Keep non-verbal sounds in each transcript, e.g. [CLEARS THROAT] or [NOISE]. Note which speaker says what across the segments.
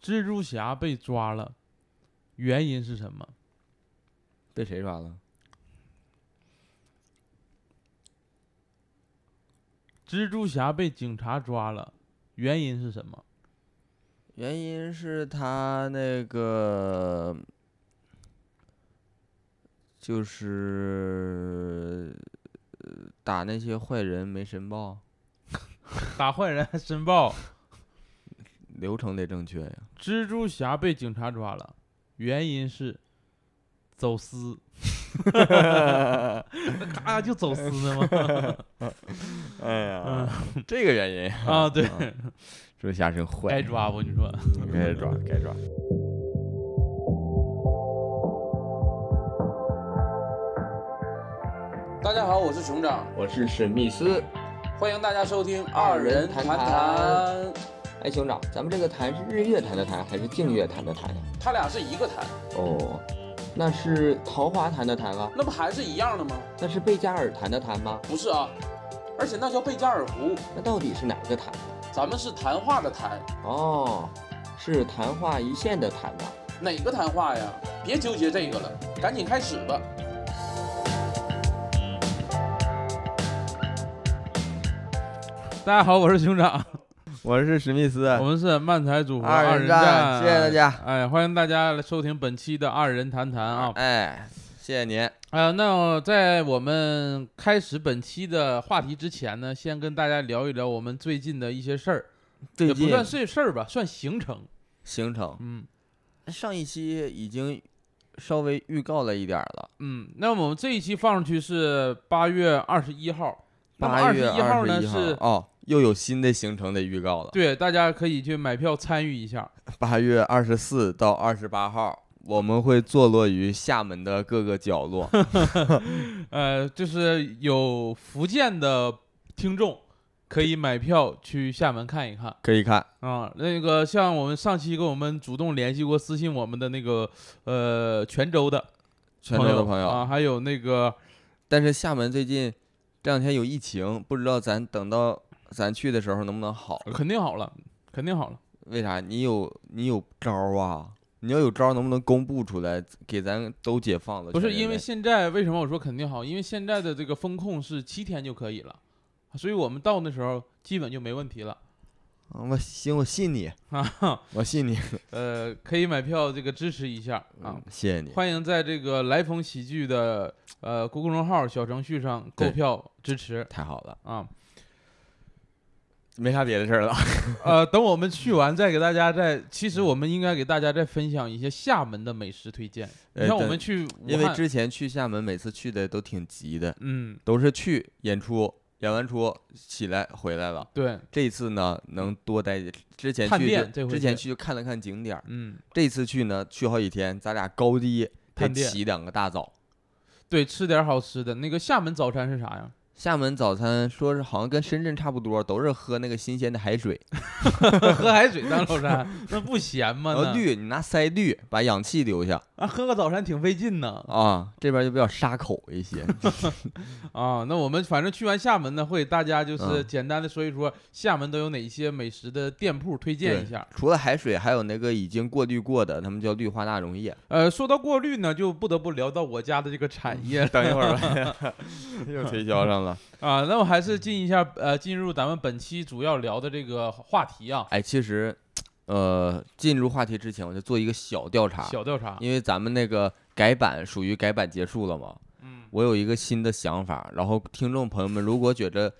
Speaker 1: 蜘蛛侠被抓了，原因是什么？
Speaker 2: 被谁抓了？
Speaker 1: 蜘蛛侠被警察抓了，原因是什么？ [LAUGHS]
Speaker 2: 原因是他那个就是呃打那些坏人没申报，
Speaker 1: 打坏人还申报。
Speaker 2: 流程得正确呀。 [LAUGHS]
Speaker 1: 蜘蛛侠被警察抓了，原因是走 [LAUGHS] 私。那嘎啊就走私呢吗？
Speaker 2: 哎 [LAUGHS] 呀，这个原因
Speaker 1: [LAUGHS] 啊，对，
Speaker 2: 说瞎真坏，
Speaker 1: 该抓不？你说
Speaker 2: 该抓，该抓。
Speaker 3: [LAUGHS] 大家好，我是熊掌，
Speaker 2: 我是史密斯，
Speaker 3: 欢迎大家收听
Speaker 4: 二人谈谈
Speaker 3: 谈。
Speaker 4: 哎，兄长，咱们这个谈是日月谈的谈，还是净月谈的谈
Speaker 2: 啊
Speaker 4: 呀？
Speaker 3: 他俩是一个谈，
Speaker 4: 哦，那是桃花谈的谈啊？
Speaker 3: 那不还是一样的吗？
Speaker 4: 那是贝加尔谈的谈吗？
Speaker 3: 不是啊，而且那叫贝加尔湖，
Speaker 4: 那到底是哪个谈？
Speaker 3: 咱们是谈话的谈，
Speaker 4: 哦，是昙花一现的谈吧？
Speaker 3: 哪个谈话呀？别纠结这个了，赶紧开始吧。
Speaker 1: 大家好，我是熊掌，
Speaker 2: 我是史密斯。
Speaker 1: 我们是漫才组合
Speaker 2: 哎二人
Speaker 1: 人
Speaker 2: 战
Speaker 1: 战，
Speaker 2: 谢谢大家
Speaker 1: 哎，欢迎大家来收听本期的二人谈谈啊。
Speaker 2: 哎，谢谢您。
Speaker 1: 呃，那在我们开始本期的话题之前呢，先跟大家聊一聊我们最近的一些事儿，
Speaker 2: 最
Speaker 1: 也不
Speaker 2: 近
Speaker 1: 算是事儿吧，算行程。
Speaker 2: 行程，
Speaker 1: 嗯
Speaker 2: 上一期已经稍微预告了一点儿了。
Speaker 1: 嗯，那么我们这一期放上去是八月二十一号，那么
Speaker 2: 八
Speaker 1: 十
Speaker 2: 月
Speaker 1: 一
Speaker 2: 二
Speaker 1: 号
Speaker 2: 十
Speaker 1: 呢
Speaker 2: 一号
Speaker 1: 是
Speaker 2: 哦，又有新的行程的预告了。
Speaker 1: 对大家可以去买票参与一下。
Speaker 2: 八月二十四到二十八号，我们会坐落于厦门的各个角
Speaker 1: [LAUGHS]
Speaker 2: 落。
Speaker 1: 呃，就是有福建的听众可以买票去厦门看一看。
Speaker 2: 可以看，
Speaker 1: 啊，那个像我们上期跟我们主动联系过、私信我们的那个呃泉州的
Speaker 2: 泉州的朋友。
Speaker 1: 啊，还有那个
Speaker 2: 但是厦门最近这两天有疫情，不知道咱等到咱去的时候能不能好？
Speaker 1: 呃肯定好了，肯定好了。
Speaker 2: 为啥？你有你有招儿啊？你要有招儿，能不能公布出来，给咱都解放了？
Speaker 1: 不是
Speaker 2: 全人
Speaker 1: 因为
Speaker 2: 类
Speaker 1: 现在为什么我说肯定好？因为现在的这个风控是七天就可以了，所以我们到那时候基本就没问题了。
Speaker 2: 啊我行，我信你，
Speaker 1: [LAUGHS] 啊，
Speaker 2: 我信你。
Speaker 1: 呃，可以买票这个支持一下啊
Speaker 2: 嗯，，谢谢你。
Speaker 1: 欢迎在这个来风喜剧的呃公众号、小程序上购
Speaker 2: 对
Speaker 1: 票支持
Speaker 2: 太好了，
Speaker 1: 啊。
Speaker 2: 没啥别的事儿了。
Speaker 1: 呃，等我们去完再给大家再，其实我们应该给大家再分享一些厦门的美食推荐。你
Speaker 2: 呃
Speaker 1: 看我
Speaker 2: 对
Speaker 1: 们去武汉，
Speaker 2: 因为之前去厦门，每次去的都挺急的，
Speaker 1: 嗯，
Speaker 2: 都是去演出，演完出起来回来了。
Speaker 1: 对，
Speaker 2: 这一次呢，能多待几之前
Speaker 1: 探
Speaker 2: 去
Speaker 1: 店这
Speaker 2: 就
Speaker 1: 回
Speaker 2: 之前
Speaker 1: 是
Speaker 2: 去就看了看景点儿，
Speaker 1: 嗯，
Speaker 2: 这次去呢去好几天，咱俩高低得
Speaker 1: 探店
Speaker 2: 起两个大早。
Speaker 1: 对，吃点好吃的。那个厦门早餐是啥呀？
Speaker 2: 厦门早餐说是好像跟深圳差不多，都是喝那个新鲜的海水，
Speaker 1: [LAUGHS] 喝海水当早餐，那不咸吗？
Speaker 2: [LAUGHS] 然
Speaker 1: 那
Speaker 2: 后滤你拿鳃滤把氧气留下
Speaker 1: 啊，喝个早餐挺费劲呢。
Speaker 2: 啊，这边就比较沙口一些。 [LAUGHS]
Speaker 1: 啊，那我们反正去完厦门呢，会给大家就是
Speaker 2: 嗯
Speaker 1: 简单的说一说厦门都有哪些美食的店铺推荐一
Speaker 2: 对
Speaker 1: 下。
Speaker 2: 除了海水，还有那个已经过滤过的，他们叫氯化钠溶液。
Speaker 1: 呃，说到过滤呢，就不得不聊到我家的这个产业了
Speaker 2: 等一会儿吧，又推销上了。
Speaker 1: 啊，那我还是进一下呃，进入咱们本期主要聊的这个话题啊，
Speaker 2: 哎，其实，呃，进入话题之前，我就做一个小调查，
Speaker 1: 小调查。
Speaker 2: 因为咱们那个改版属于改版结束了嘛，
Speaker 1: 嗯，
Speaker 2: 我有一个新的想法，然后听众朋友们如果觉着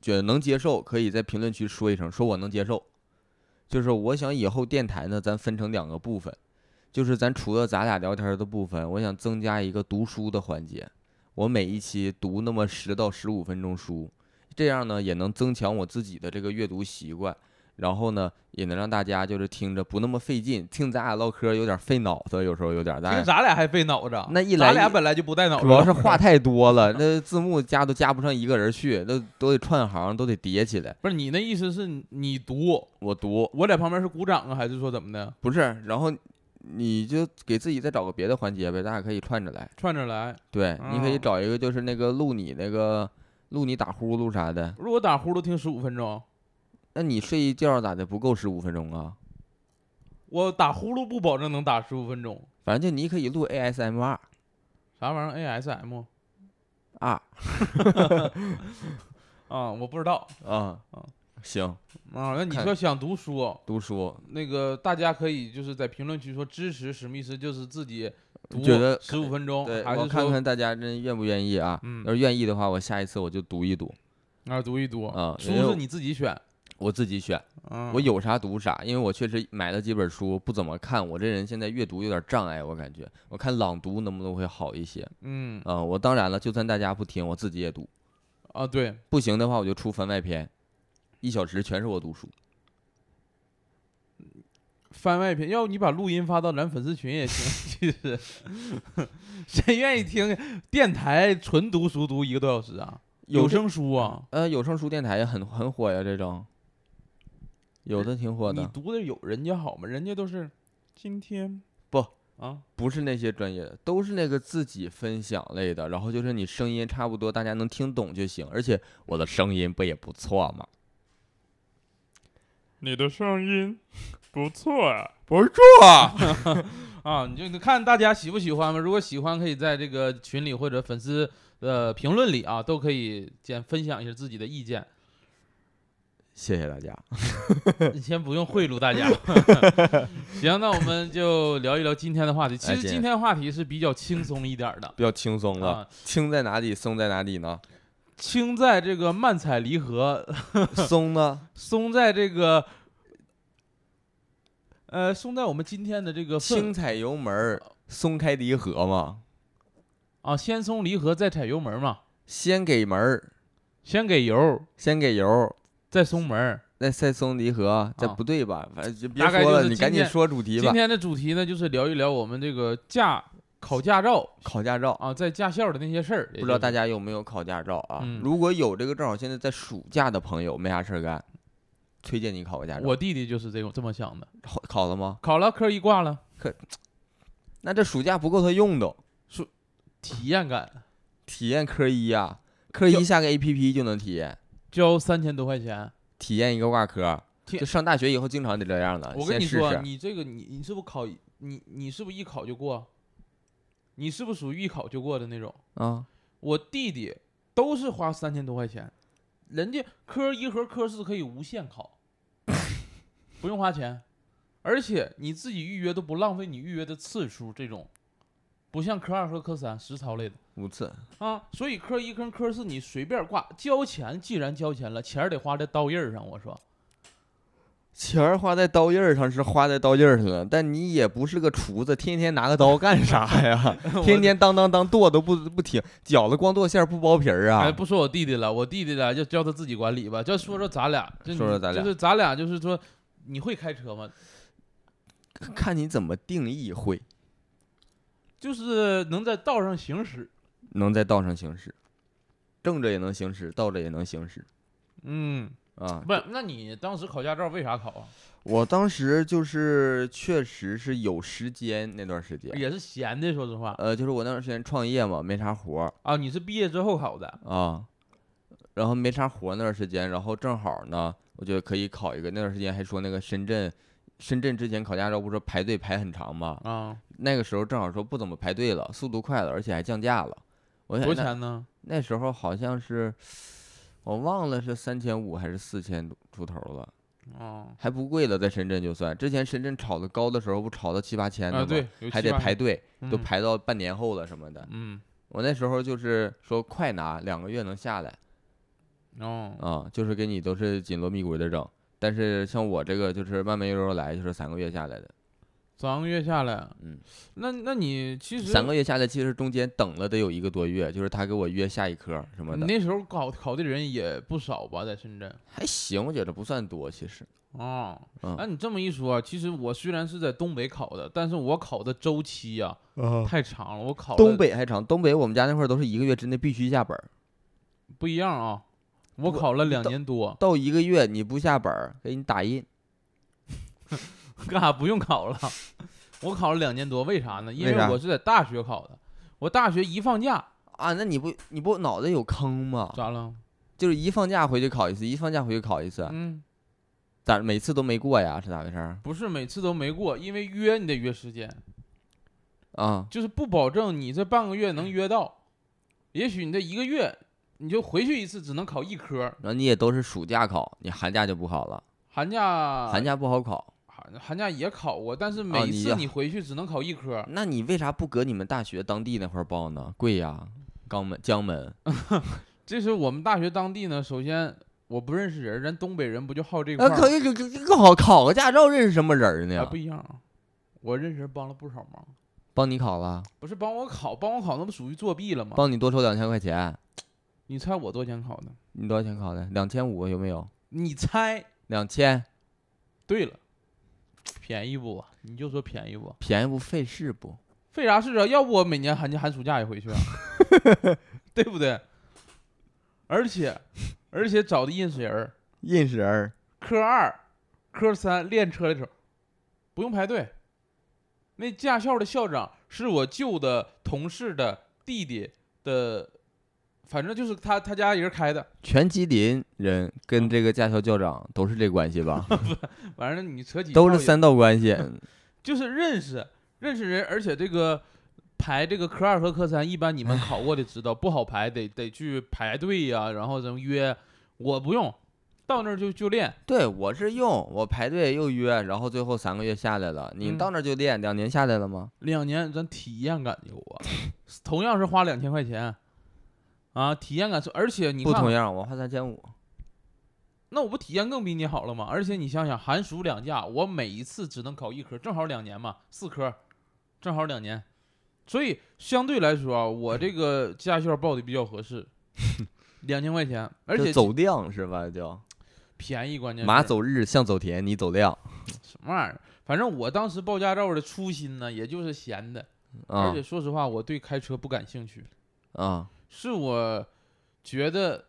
Speaker 2: 觉得能接受，可以在评论区说一声，说我能接受。就是我想以后电台呢，咱分成两个部分，就是咱除了咱俩聊天的部分，我想增加一个读书的环节。我每一期读那么十到十五分钟书，这样呢也能增强我自己的这个阅读习惯，然后呢也能让大家就是听着不那么费劲，听咱俩唠嗑有点费脑子，有时候有点大家
Speaker 1: 听咱俩还费脑子，
Speaker 2: 那一
Speaker 1: 咱
Speaker 2: 来
Speaker 1: 俩
Speaker 2: 一
Speaker 1: 本来就不带脑子，
Speaker 2: 主要是话太多了，那字幕加都加不上一个人去，那都得串行，都得叠起来。
Speaker 1: 不是你那意思是你读，
Speaker 2: 我读
Speaker 1: 我在旁边是鼓掌啊，还是说怎么的？
Speaker 2: 不是，然后你就给自己再找个别的环节呗，咱俩可以串着来。
Speaker 1: 串着来，
Speaker 2: 对，你可以
Speaker 1: 哦
Speaker 2: 找一个就是那个录你那个录你打呼噜啥的。
Speaker 1: 如果打呼噜听十五分钟，
Speaker 2: 那你睡一觉咋的不够十五分钟啊？
Speaker 1: 我打呼噜不保证能打十五分钟，
Speaker 2: 反正就你可以录 ASMR
Speaker 1: 啥玩意儿 ASM
Speaker 2: 啊
Speaker 1: [LAUGHS] 啊？我不知道
Speaker 2: 啊
Speaker 1: 啊
Speaker 2: 行，
Speaker 1: 啊。那你
Speaker 2: 看
Speaker 1: 说想读书哦，
Speaker 2: 读书
Speaker 1: 那个大家可以就是在评论区说支持史密斯，就是自己读
Speaker 2: 觉得
Speaker 1: 十五分钟，
Speaker 2: 对，
Speaker 1: 还
Speaker 2: 我
Speaker 1: 是
Speaker 2: 看
Speaker 1: 说
Speaker 2: 看大家真愿不愿意啊。
Speaker 1: 嗯
Speaker 2: 要是愿意的话，我下一次我就读一读，
Speaker 1: 啊读一读
Speaker 2: 啊
Speaker 1: 书
Speaker 2: 因为
Speaker 1: 是你自己选，
Speaker 2: 我自己选，
Speaker 1: 嗯，
Speaker 2: 我有啥读啥。因为我确实买了几本书，不怎么看。我这人现在阅读有点障碍，我感觉。我看朗读能不能会好一些？
Speaker 1: 嗯
Speaker 2: 嗯、我当然了，就算大家不听，我自己也读。
Speaker 1: 啊对，
Speaker 2: 不行的话，我就出番外篇，一小时全是我读书。
Speaker 1: 番外篇，要不你把录音发到咱粉丝群也行， [LAUGHS] 其实谁愿意听电台纯读书读一个多小时啊？
Speaker 2: 有
Speaker 1: 有
Speaker 2: 这
Speaker 1: 声书啊，
Speaker 2: 呃，有声书电台也很很火呀，这种，有的挺火
Speaker 1: 你
Speaker 2: 的，
Speaker 1: 读的有人家好吗？人家都是今天
Speaker 2: 不
Speaker 1: 啊，
Speaker 2: 不是那些专业的，都是那个自己分享类的。然后就是你声音差不多，大家能听懂就行。而且我的声音不也不错嘛？
Speaker 1: 你的声
Speaker 2: [LAUGHS]
Speaker 1: 音不错啊。
Speaker 2: 不是
Speaker 1: [LAUGHS] 啊，你就看大家喜不喜欢吧。如果喜欢，可以在这个群里或者粉丝呃评论里啊，都可以简分享一下自己的意
Speaker 2: [LAUGHS]
Speaker 1: 见。
Speaker 2: 谢谢大家。
Speaker 1: 你先不用贿赂大
Speaker 2: [LAUGHS]
Speaker 1: 家。行，那我们就聊一聊今天的话题。其
Speaker 2: 哎
Speaker 1: 实
Speaker 2: 姐嗯
Speaker 1: 今天的话题是比较轻松一点儿的，
Speaker 2: 比较轻松了，
Speaker 1: 啊
Speaker 2: 轻在哪里，松在哪
Speaker 1: [LAUGHS]
Speaker 2: 里呢？
Speaker 1: 轻在这个漫彩离合，
Speaker 2: 松呢？
Speaker 1: 松在这个呃松在我们今天的这个氛
Speaker 2: 轻踩油门儿，松开离合嘛。
Speaker 1: 啊，先松离合再踩油门嘛，
Speaker 2: 先给门儿，
Speaker 1: 先给油
Speaker 2: 先给油，
Speaker 1: 再松门儿。
Speaker 2: 再再松离合，这
Speaker 1: 啊
Speaker 2: 不对吧？反正就别
Speaker 1: 大概
Speaker 2: 说
Speaker 1: 就
Speaker 2: 了，
Speaker 1: 是
Speaker 2: 你
Speaker 1: 今
Speaker 2: 赶紧
Speaker 1: 天
Speaker 2: 说主题吧
Speaker 1: 今。天的主题呢，就是聊一聊我们这个驾考驾照
Speaker 2: 考驾照。
Speaker 1: 啊，在驾校的那些事儿。
Speaker 2: 不知道大
Speaker 1: 家
Speaker 2: 家有没有考驾照啊？
Speaker 1: 嗯
Speaker 2: 如果有这个，正好现在在暑假的朋友没啥事儿干，推荐你考个驾照。
Speaker 1: 我弟弟就是这种这么想的，
Speaker 2: 考考了吗？
Speaker 1: 考了科一挂了，
Speaker 2: 那这暑假不够他用的，
Speaker 1: 体验感
Speaker 2: 体验科一啊，科一
Speaker 1: 就
Speaker 2: 下个 A P P 就能体验，
Speaker 1: 交三千多块钱。
Speaker 2: 体验一个挂科。
Speaker 1: 天
Speaker 2: 就上大学以后经常得这样的。
Speaker 1: 我跟
Speaker 2: 先
Speaker 1: 你
Speaker 2: 试
Speaker 1: 说，
Speaker 2: 试
Speaker 1: 你这个你你是不是考一你你是不是一考就过？你是不是属于一考就过的那种？
Speaker 2: 啊，
Speaker 1: 我弟弟都是花三千多块钱，人家科一和科四可以无限考， [LAUGHS] 不用花钱，而且你自己预约都不浪费你预约的次数，这种不像科二和科三实操类的
Speaker 2: 五次
Speaker 1: 啊。所以科一跟科四你随便挂，交钱既然交钱了，钱儿得花在刀刃儿上。我说
Speaker 2: 钱儿花在刀刃儿上是花在刀刃儿上了，但你也不是个厨子，天天拿个刀干啥呀？ [LAUGHS] 天
Speaker 1: 哎
Speaker 2: 天当当当剁都不不停，饺子光剁馅儿不剥皮儿啊
Speaker 1: 哎，？不说我弟弟了，我弟弟了就叫他自己管理吧。就说说咱俩，就你
Speaker 2: 说说咱俩
Speaker 1: 就是咱俩就是说，你会开车吗？
Speaker 2: 看你怎么定义会。
Speaker 1: 就是能在道上行驶。
Speaker 2: 能在道上行驶，正着也能行驶，倒着也能行驶
Speaker 1: 嗯。
Speaker 2: 啊。
Speaker 1: 不是，那你当时考驾照为啥考啊？
Speaker 2: 我当时就是确实是有时间那段时间，
Speaker 1: 也是闲的，说实话
Speaker 2: 呃，就是我那段时间创业嘛，没啥活儿
Speaker 1: 啊。你是毕业之后考的，
Speaker 2: 啊，然后没啥活儿那段时间，然后正好呢，我觉得可以考一个。那段时间还说那个深圳，深圳之前考驾照不是排队排很长嘛，
Speaker 1: 啊，
Speaker 2: 那个时候正好说不怎么排队了，速度快了，而且还降价了。我
Speaker 1: 多
Speaker 2: 想
Speaker 1: 少
Speaker 2: 那
Speaker 1: 钱呢？
Speaker 2: 那时候好像是我忘了是三千五还是四千出头了，
Speaker 1: 啊
Speaker 2: 还不贵了，在深圳就算。之前深圳炒的高的时候，不炒到七八千的
Speaker 1: 啊，
Speaker 2: 吗？
Speaker 1: 对，有
Speaker 2: 还
Speaker 1: 七
Speaker 2: 得
Speaker 1: 八
Speaker 2: 排
Speaker 1: 天，
Speaker 2: 队，都
Speaker 1: 嗯
Speaker 2: 排到半年后了什么的。
Speaker 1: 嗯，
Speaker 2: 我那时候就是说快拿，两个月能下来
Speaker 1: 哦，
Speaker 2: 啊、就是给你都是紧锣密鼓的整。但是像我这个就是慢慢悠悠来，就是三个月下来的，
Speaker 1: 三个月下来，
Speaker 2: 嗯，
Speaker 1: 那那你其实
Speaker 2: 三个月下来，其实中间等了得有一个多月，就是他给我约下一科什么
Speaker 1: 你
Speaker 2: 的，
Speaker 1: 那时候考考的人也不少吧，在深圳。
Speaker 2: 还行，我觉得不算多，其实，
Speaker 1: 哦，
Speaker 2: 嗯
Speaker 1: 那、你这么一说啊，其实我虽然是在东北考的，但是我考的周期呀、太长了，我考
Speaker 2: 啊东
Speaker 1: 的
Speaker 2: 北还长，东北我们家那块儿都是一个月之内必须下本儿，
Speaker 1: 不一样啊，我
Speaker 2: 我
Speaker 1: 考了两
Speaker 2: 到
Speaker 1: 年多，
Speaker 2: 到一个月你不下本儿，给你打印。
Speaker 1: [LAUGHS] 干啥不用考了？我考了两年多，为啥呢？因为
Speaker 2: 为啥
Speaker 1: 我是在大学考的，我大学一放假，
Speaker 2: 啊，那你不你不脑袋有坑吗？
Speaker 1: 咋了？
Speaker 2: 就是一放假回去考一次，一放假回去考一次，
Speaker 1: 嗯，
Speaker 2: 咋每次都没过呀？是咋回事儿
Speaker 1: 不是每次都没过，因为约你得约时间，
Speaker 2: 啊？
Speaker 1: 就是不保证你这半个月能约到，也许你这一个月你就回去一次，只能考一科，
Speaker 2: 然后你也都是暑假考，你寒假就不考了，
Speaker 1: 寒假
Speaker 2: 寒假不好考。
Speaker 1: 寒寒假也考过，但是
Speaker 2: 哦
Speaker 1: 每一
Speaker 2: 你
Speaker 1: 次
Speaker 2: 呀
Speaker 1: 你回去只能考一科，
Speaker 2: 那你为啥不搁你们大学当地那块儿报呢？贵呀，肛门、江门，
Speaker 1: 这是我们大学当地呢。首先我不认识人，咱东北人不就好这块
Speaker 2: 那
Speaker 1: 儿
Speaker 2: 呃可
Speaker 1: 吗、
Speaker 2: 以可可更好考个驾照，认识什么人儿
Speaker 1: 啊？
Speaker 2: 呢
Speaker 1: 不？一样啊，我认识人帮了不少忙，
Speaker 2: 帮你考了，
Speaker 1: 不是帮我考，帮我考那不属于作弊了吗？
Speaker 2: 帮你多收两千块钱。
Speaker 1: 你猜我多少钱考的？
Speaker 2: 你多少钱考的？两千五有没有？
Speaker 1: 你猜
Speaker 2: 两千，
Speaker 1: 对了，便宜不啊？你就说便宜不？
Speaker 2: 便宜不费事不？
Speaker 1: 费啥事啊？要不我每年寒假寒暑假也回去啊， [LAUGHS] 对不对？而且，而且找的认识人儿，
Speaker 2: 认识人儿
Speaker 1: 科二、科三练车的时候不用排队。那驾校的校长是我舅的同事的弟弟的，反正就是他他家人开的。
Speaker 2: 全吉林人跟这个驾校校长都是这关系吧？
Speaker 1: 完了，你扯几
Speaker 2: 都是
Speaker 1: 套也
Speaker 2: 三道关
Speaker 1: [LAUGHS]
Speaker 2: 系。
Speaker 1: 就是认识认识人，而且这个排这个科二和科三，一般你们考过的知道，不好排得得去排队呀、然后什么约，我不用，到那儿就就练。
Speaker 2: 对，我是用我排队又约，然后最后三个月下来了。你
Speaker 1: 嗯
Speaker 2: 到那儿就练，两年下来了吗？
Speaker 1: 两年咱体验感有啊，同样是花两千块钱，啊，体验感是，而且你
Speaker 2: 不同
Speaker 1: 看，啊
Speaker 2: 样，我花三千五。
Speaker 1: 那我不体验更比你好了吗？而且你想想，寒暑两假，我每一次只能考一科，正好两年嘛，四科，正好两年，所以相对来说啊，我这个驾校报的比较合
Speaker 2: [LAUGHS]
Speaker 1: 适，两千块钱，而
Speaker 2: 就
Speaker 1: 且
Speaker 2: 走量是吧？就
Speaker 1: 便宜，关键
Speaker 2: 马
Speaker 1: 是
Speaker 2: 走日，象走田，你走量
Speaker 1: 什么玩意儿？反正我当时报驾照的初心呢，也就是闲的，嗯而
Speaker 2: 啊
Speaker 1: 且说实话，我对开车不感兴趣，
Speaker 2: 啊！
Speaker 1: 是我觉得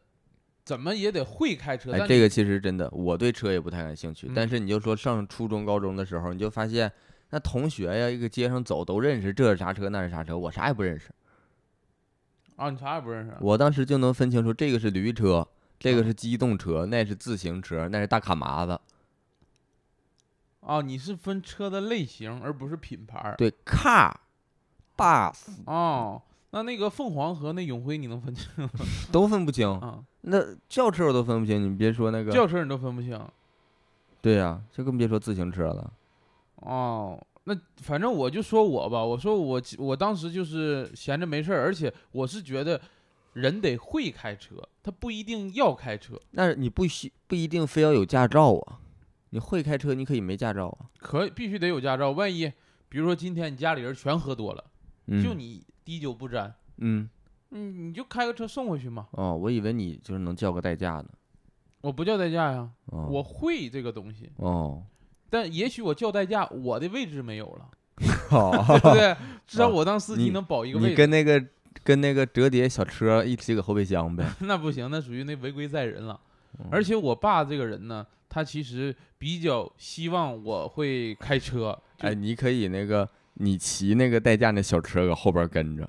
Speaker 1: 怎么也得会开车，
Speaker 2: 哎，
Speaker 1: 但
Speaker 2: 这个其实真的，我对车也不太感兴趣。但
Speaker 1: 嗯
Speaker 2: 是你就说上初中、高中的时候，你就发现那同学呀，一个街上走都认识，这是啥车，那是啥车，我啥也不认识。
Speaker 1: 啊，你啥也不认识啊，
Speaker 2: 我当时就能分清楚，这个是驴车，这
Speaker 1: 嗯
Speaker 2: 个是机动车，那是自行车，那是大卡麻子。
Speaker 1: 啊，你是分车的类型，而不是品牌儿。
Speaker 2: 对，car、bus
Speaker 1: 哦，那那个凤凰和那永辉你能分清吗？
Speaker 2: 都分不清，
Speaker 1: 啊，
Speaker 2: 那轿车我都分不清，你别说那个。
Speaker 1: 轿车你都分不清。
Speaker 2: 对呀、就更别说自行车了。
Speaker 1: 哦，那反正我就说我吧，我说我我当时就是闲着没事儿，而且我是觉得人得会开车，他不一定要开车，
Speaker 2: 那你不需不一定非要有驾照啊，你会开车，你可以没驾照啊。
Speaker 1: 可以必须得有驾照。万一比如说今天你家里人全喝多了，
Speaker 2: 嗯，
Speaker 1: 就你滴酒不沾，
Speaker 2: 嗯
Speaker 1: 嗯，你就开个车送回去嘛。
Speaker 2: 哦，我以为你就是能叫个代驾呢。
Speaker 1: 我不叫代驾呀，
Speaker 2: 哦、
Speaker 1: 我会这个东西， [LAUGHS]
Speaker 2: 哦，
Speaker 1: 但也许我叫代驾，我的位置没有
Speaker 2: [LAUGHS]
Speaker 1: 了，对不
Speaker 2: 好，
Speaker 1: 对？至少
Speaker 2: 哦
Speaker 1: 我当司
Speaker 2: 你
Speaker 1: 机能保一个位
Speaker 2: 你
Speaker 1: 置。
Speaker 2: 跟那个跟那个折叠小车一起搁后备箱呗。
Speaker 1: [LAUGHS] 那不行，那属于那违规载人了。
Speaker 2: 嗯
Speaker 1: 而且我爸这个人呢，他其实比较希望我会开车。就
Speaker 2: 哎，，你可以那个，你骑那个代驾那小车搁后边跟着。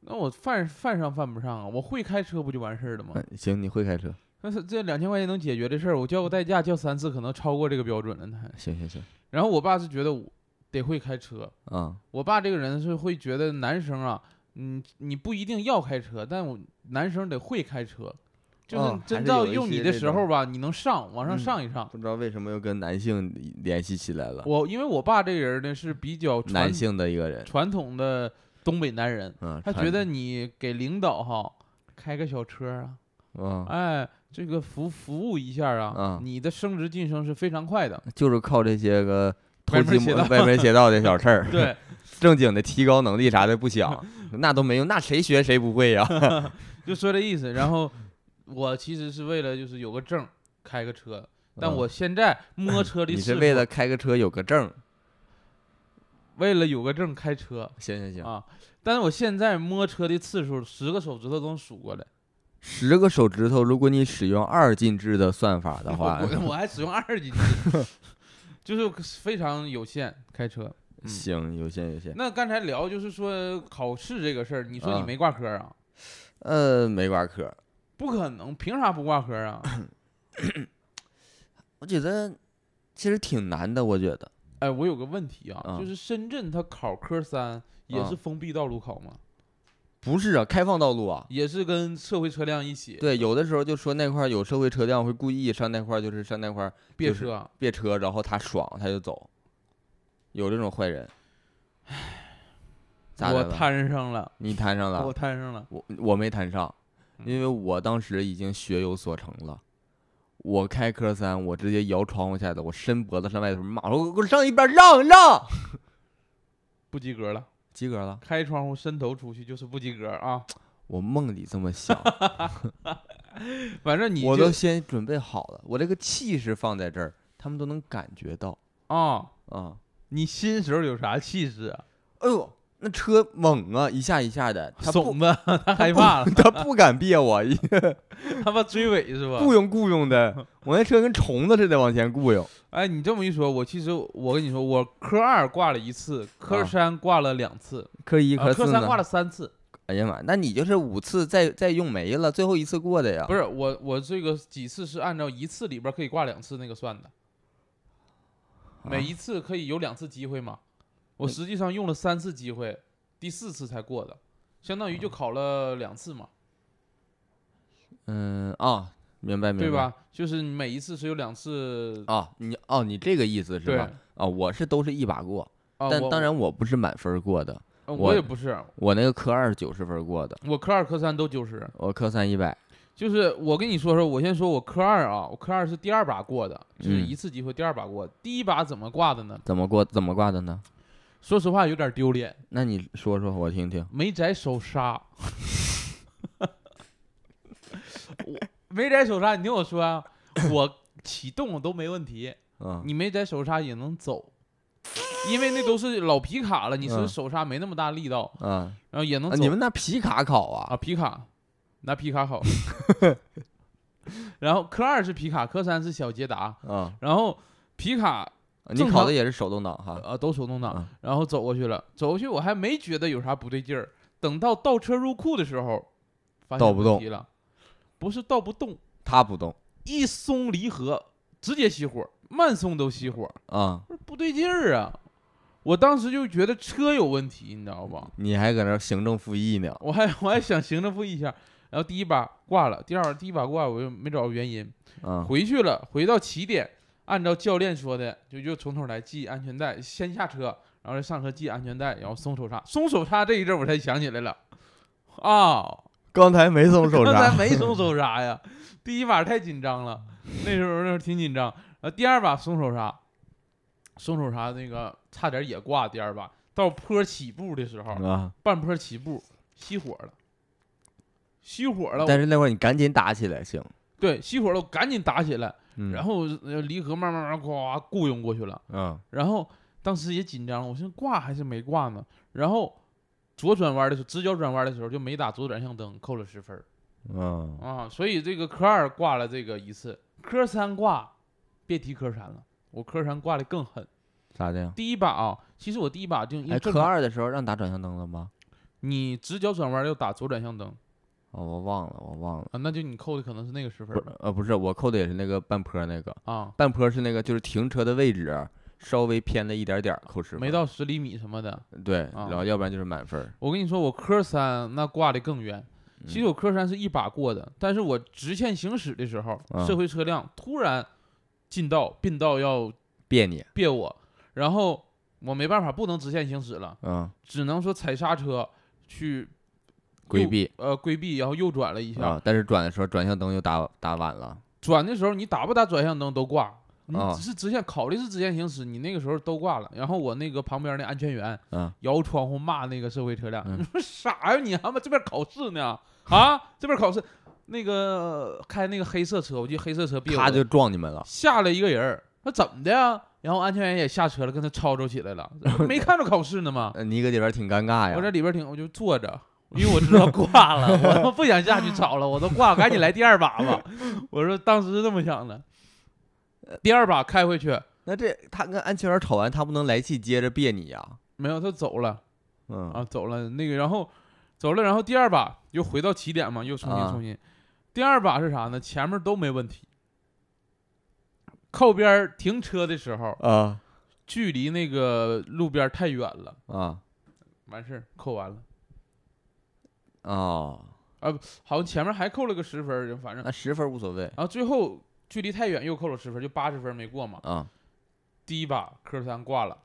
Speaker 1: 那我犯犯上犯不上啊？我会开车不就完事儿了吗？
Speaker 2: 嗯，行，你会开车，
Speaker 1: 但是这两千块钱能解决的事儿，我叫个代驾叫三次，可能超过这个标准了呢。
Speaker 2: 行行行，
Speaker 1: 然后我爸是觉得我得会开车，
Speaker 2: 啊、
Speaker 1: 我爸这个人是会觉得男生啊，你你不一定要开车，但我男生得会开车，就是
Speaker 2: 哦还
Speaker 1: 真
Speaker 2: 是
Speaker 1: 到
Speaker 2: 有一
Speaker 1: 用
Speaker 2: 些
Speaker 1: 你的
Speaker 2: 这
Speaker 1: 时候
Speaker 2: 种
Speaker 1: 吧，你能上往上
Speaker 2: 嗯
Speaker 1: 上一上。
Speaker 2: 不知道为什么又跟男性联系起来了，
Speaker 1: 我因为我爸这个人呢是比较传
Speaker 2: 男性的一个人，
Speaker 1: 传统的东北男人，
Speaker 2: 嗯，
Speaker 1: 他
Speaker 2: 传
Speaker 1: 觉得，你给领导哈开个小车啊，
Speaker 2: 嗯，
Speaker 1: 哎，这个服服务一下啊，
Speaker 2: 嗯
Speaker 1: 你的升职晋升是非常快
Speaker 2: [LAUGHS]
Speaker 1: 的。
Speaker 2: 就是靠这些个偷
Speaker 1: 歪门
Speaker 2: 鸡
Speaker 1: 邪
Speaker 2: 摸
Speaker 1: 道
Speaker 2: 歪门邪道的小事儿，，
Speaker 1: [LAUGHS] 对，
Speaker 2: 正经的提高能力啥的
Speaker 1: [LAUGHS]
Speaker 2: 不想，那都没用，那谁学谁不会呀、
Speaker 1: 就说这意思。然后我其实是为了就是有个证开个车， [LAUGHS] 但
Speaker 2: 嗯
Speaker 1: 我现在摸车的
Speaker 2: 你
Speaker 1: 师
Speaker 2: 是
Speaker 1: 傅
Speaker 2: 为了开个车有个证儿，
Speaker 1: 为了有个证开车
Speaker 2: 行行行，
Speaker 1: 啊，但是我现在摸车的次数十个手指头都能数过来。
Speaker 2: 十个手指头，如果你使用二进制的算法的话，
Speaker 1: [LAUGHS] 我
Speaker 2: [LAUGHS]
Speaker 1: 我我还使用二级制就是非常有限开车。嗯
Speaker 2: 行，有限有限，
Speaker 1: 那刚才聊就是说考试这个事儿，你说你
Speaker 2: 啊
Speaker 1: 没挂科啊？
Speaker 2: 呃，没挂科， [LAUGHS]
Speaker 1: 不可能，凭啥不挂科啊？
Speaker 2: 我觉得其实挺难的，我觉得
Speaker 1: 哎，我有个问题啊，
Speaker 2: 嗯
Speaker 1: 就是深圳它考科三也是
Speaker 2: 嗯
Speaker 1: 封闭道路考吗？
Speaker 2: 不是啊，开放道路啊。
Speaker 1: 也是跟社会车辆一起
Speaker 2: 对，有的时候就说那块儿有社会车辆会故意上那块儿，就是上那块儿
Speaker 1: 别
Speaker 2: 就是
Speaker 1: 车啊、
Speaker 2: 别车，然后他爽他就走，有这种坏人。咋的
Speaker 1: 我
Speaker 2: 了？啊
Speaker 1: 摊上了，
Speaker 2: 你摊上了
Speaker 1: 我，摊上了，
Speaker 2: 我我没摊上，
Speaker 1: 嗯
Speaker 2: 因为我当时已经学有所成了。我开科三，我直接摇窗户下的，我伸脖子上外头骂，我说给我上一边儿让让，
Speaker 1: 不及格了，
Speaker 2: 及格了。
Speaker 1: 开窗户伸头出去就是不及格啊。
Speaker 2: 我梦里这么想，
Speaker 1: 反正 [LAUGHS] 你
Speaker 2: 我
Speaker 1: 就
Speaker 2: 都先准备好了，我这个气势放在这儿，他们都能感觉到
Speaker 1: 啊、
Speaker 2: 啊、
Speaker 1: 你新时候有啥气势啊？
Speaker 2: 哎呦，那车猛啊，一下一下的，他不
Speaker 1: 怂
Speaker 2: [LAUGHS]
Speaker 1: 子，他害怕了，
Speaker 2: 他不敢别
Speaker 1: [LAUGHS]
Speaker 2: 我，一
Speaker 1: 他怕追尾是吧？
Speaker 2: [LAUGHS] 雇佣雇佣的，我那车跟虫子似的往前雇佣。
Speaker 1: 哎，你这么一说，我其实我跟你说，我科二挂了一次，科
Speaker 2: 啊
Speaker 1: 三挂了两次，
Speaker 2: 科一
Speaker 1: 呃科
Speaker 2: 四
Speaker 1: 三
Speaker 2: 呢
Speaker 1: 挂？了三次。
Speaker 2: 哎呀妈，那你就是五次再再用没了，最后一次过的呀？
Speaker 1: 不是我，我这个几次是按照一次里边可以挂两次那个算的，
Speaker 2: 啊
Speaker 1: 每一次可以有两次机会嘛。
Speaker 2: 嗯
Speaker 1: 我实际上用了三次机会，第四次才过的，相当于
Speaker 2: 啊
Speaker 1: 就考了两次嘛，
Speaker 2: 嗯啊，明白明白，
Speaker 1: 对？吧？就是你每一次是有两次，
Speaker 2: 啊，你哦，你这个意思是
Speaker 1: 对
Speaker 2: 吧？啊，我是都是一把过，
Speaker 1: 啊，
Speaker 2: 但
Speaker 1: 我
Speaker 2: 当然我不是满分过的，
Speaker 1: 呃
Speaker 2: 我
Speaker 1: 我也不是，
Speaker 2: 我那个科二九十分过的，
Speaker 1: 我科二科三都九十，
Speaker 2: 我科三一百。
Speaker 1: 就是我跟你说说，我先说我科二啊，我科二是第二把过的，就是
Speaker 2: 嗯
Speaker 1: 一次机会第二把过，第一把怎么挂的呢？
Speaker 2: 怎么过？怎么挂的呢？
Speaker 1: 说实话有点丢脸，
Speaker 2: 那你说说我听听。
Speaker 1: 没摘手刹。我没摘手刹，你听我说啊，我启动都没问题，
Speaker 2: 嗯，
Speaker 1: 你没摘手刹也能走，因为那都是老皮卡了，你是
Speaker 2: 嗯
Speaker 1: 手刹没那么大力道，
Speaker 2: 啊，
Speaker 1: 然后也能
Speaker 2: 啊
Speaker 1: 走。
Speaker 2: 你们那皮卡考啊？
Speaker 1: 啊，皮卡，拿皮卡
Speaker 2: [LAUGHS]
Speaker 1: 好。然后科二是皮卡，科三是小捷达，
Speaker 2: 啊，
Speaker 1: 然后皮卡
Speaker 2: 你
Speaker 1: 正
Speaker 2: 考
Speaker 1: 常
Speaker 2: 的也是手动挡哈？
Speaker 1: 呃都手动挡
Speaker 2: 啊，
Speaker 1: 然后走过去了，走过去我还没觉得有啥不对劲儿，等到倒车入库的时候，发
Speaker 2: 倒
Speaker 1: 现
Speaker 2: 不
Speaker 1: 问
Speaker 2: 动
Speaker 1: 题了，不是倒不动，
Speaker 2: 它不动
Speaker 1: 一松离合直接熄火，慢松都熄火，
Speaker 2: 啊、
Speaker 1: 我说不对劲儿啊！我当时就觉得车有问题，你知道吧？
Speaker 2: 你还搁那儿行政复议呢？
Speaker 1: 我还我还想行政复议一下，然后第一把挂了，第二第一把挂我又没找着原因，
Speaker 2: 啊
Speaker 1: 回去了，回到起点，按照教练说的，就就从头来系安全带，先下车，然后再上车系安全带，然后松手刹。松手刹这一阵儿我才想起来了，啊、
Speaker 2: 刚才没松手
Speaker 1: 刚才
Speaker 2: 刹，啊
Speaker 1: 没松手刹呀， [LAUGHS] 第一把太紧张了，那时候那时候挺紧张。呃，第二把松手刹，松手刹那个差点也挂第二把，到坡起步的时候，
Speaker 2: 啊！
Speaker 1: 半坡起步熄火了，熄火了，
Speaker 2: 但是那会儿你赶紧打起来行。
Speaker 1: 对，熄火了，我赶紧打起来。
Speaker 2: 嗯，
Speaker 1: 然后呃离合慢慢慢慢哗雇佣过去了，
Speaker 2: 嗯
Speaker 1: 然后当时也紧张了，我寻思挂还是没挂呢。然后左转弯的时候，直角转弯的时候就没打左转向灯，扣了十分儿
Speaker 2: 嗯，
Speaker 1: 啊。所以这个科二挂了这个一次，科三挂，别提科三了，我科三挂的更狠。
Speaker 2: 咋的呀？
Speaker 1: 第一把啊，其实我第一把就因为
Speaker 2: 哎，
Speaker 1: 正
Speaker 2: 科
Speaker 1: 常
Speaker 2: 二的时候让打转向灯了吗？
Speaker 1: 你直角转弯要打左转向灯
Speaker 2: 哦，我忘了，我忘了。
Speaker 1: 啊，那就你扣的可能是那个十分
Speaker 2: 不
Speaker 1: 儿
Speaker 2: 是，
Speaker 1: 吧
Speaker 2: 呃，不是，我扣的也是那个半坡那个，
Speaker 1: 啊，
Speaker 2: 半坡是那个就是停车的位置稍微偏了一点点儿，扣十分。
Speaker 1: 没到十厘米什么的。
Speaker 2: 对，
Speaker 1: 啊
Speaker 2: 然后要不然就是满分儿。
Speaker 1: 我跟你说，我科三那挂的更远。其实
Speaker 2: 嗯
Speaker 1: 我科三是一把过的，但是我直线行驶的时候，
Speaker 2: 啊
Speaker 1: 社会车辆突然进道并道要
Speaker 2: 别扭，
Speaker 1: 别我，然后我没办法，不能直线行驶了，
Speaker 2: 嗯，
Speaker 1: 只能说踩刹车去
Speaker 2: 规
Speaker 1: 右
Speaker 2: 避
Speaker 1: 呃规避，然后右转了一下。
Speaker 2: 啊，但是转的时候转向灯又打打晚了，
Speaker 1: 转的时候你打不打转向灯都挂，你
Speaker 2: 啊
Speaker 1: 只是直线考虑是直线行驶，你那个时候都挂了。然后我那个旁边那安全员
Speaker 2: 嗯，
Speaker 1: 摇窗户骂那个社会车辆，
Speaker 2: 嗯
Speaker 1: 你说啥呀你他妈这边考试呢啊这边考试，那个开那个黑色车，我记得黑色车别
Speaker 2: 咔就撞你们了。
Speaker 1: 下来一个人儿，那怎么的呀？然后安全员也下车了，跟他吵吵起来
Speaker 2: [LAUGHS]
Speaker 1: 了，没看着考试呢吗？
Speaker 2: 呃，你搁里边儿挺尴尬
Speaker 1: 我这
Speaker 2: 呀。
Speaker 1: 里边挺，我就坐着，因为我知道挂了，我他妈不想下去吵了，我都挂了，赶紧来第二把
Speaker 2: [LAUGHS]
Speaker 1: 吧。我说当时是这么想的，第二把开回去
Speaker 2: 那这他跟安全员吵完，他不能来气接着别你呀。
Speaker 1: 没有，他走了。
Speaker 2: 嗯
Speaker 1: 啊，走了那个，然后走了，然后第二把又回到起点嘛，又重新
Speaker 2: 啊
Speaker 1: 重新。第二把是啥呢？前面都没问题，靠边儿停车的时候，
Speaker 2: 啊
Speaker 1: 距离那个路边儿太远了，
Speaker 2: 啊
Speaker 1: 完事儿扣完了，
Speaker 2: 啊，
Speaker 1: 好像前面还扣了个十分儿，反正
Speaker 2: 那十分无所谓
Speaker 1: 然后最后距离太远又扣了十分，就八十分没过嘛。
Speaker 2: 啊
Speaker 1: 第一把科三挂了，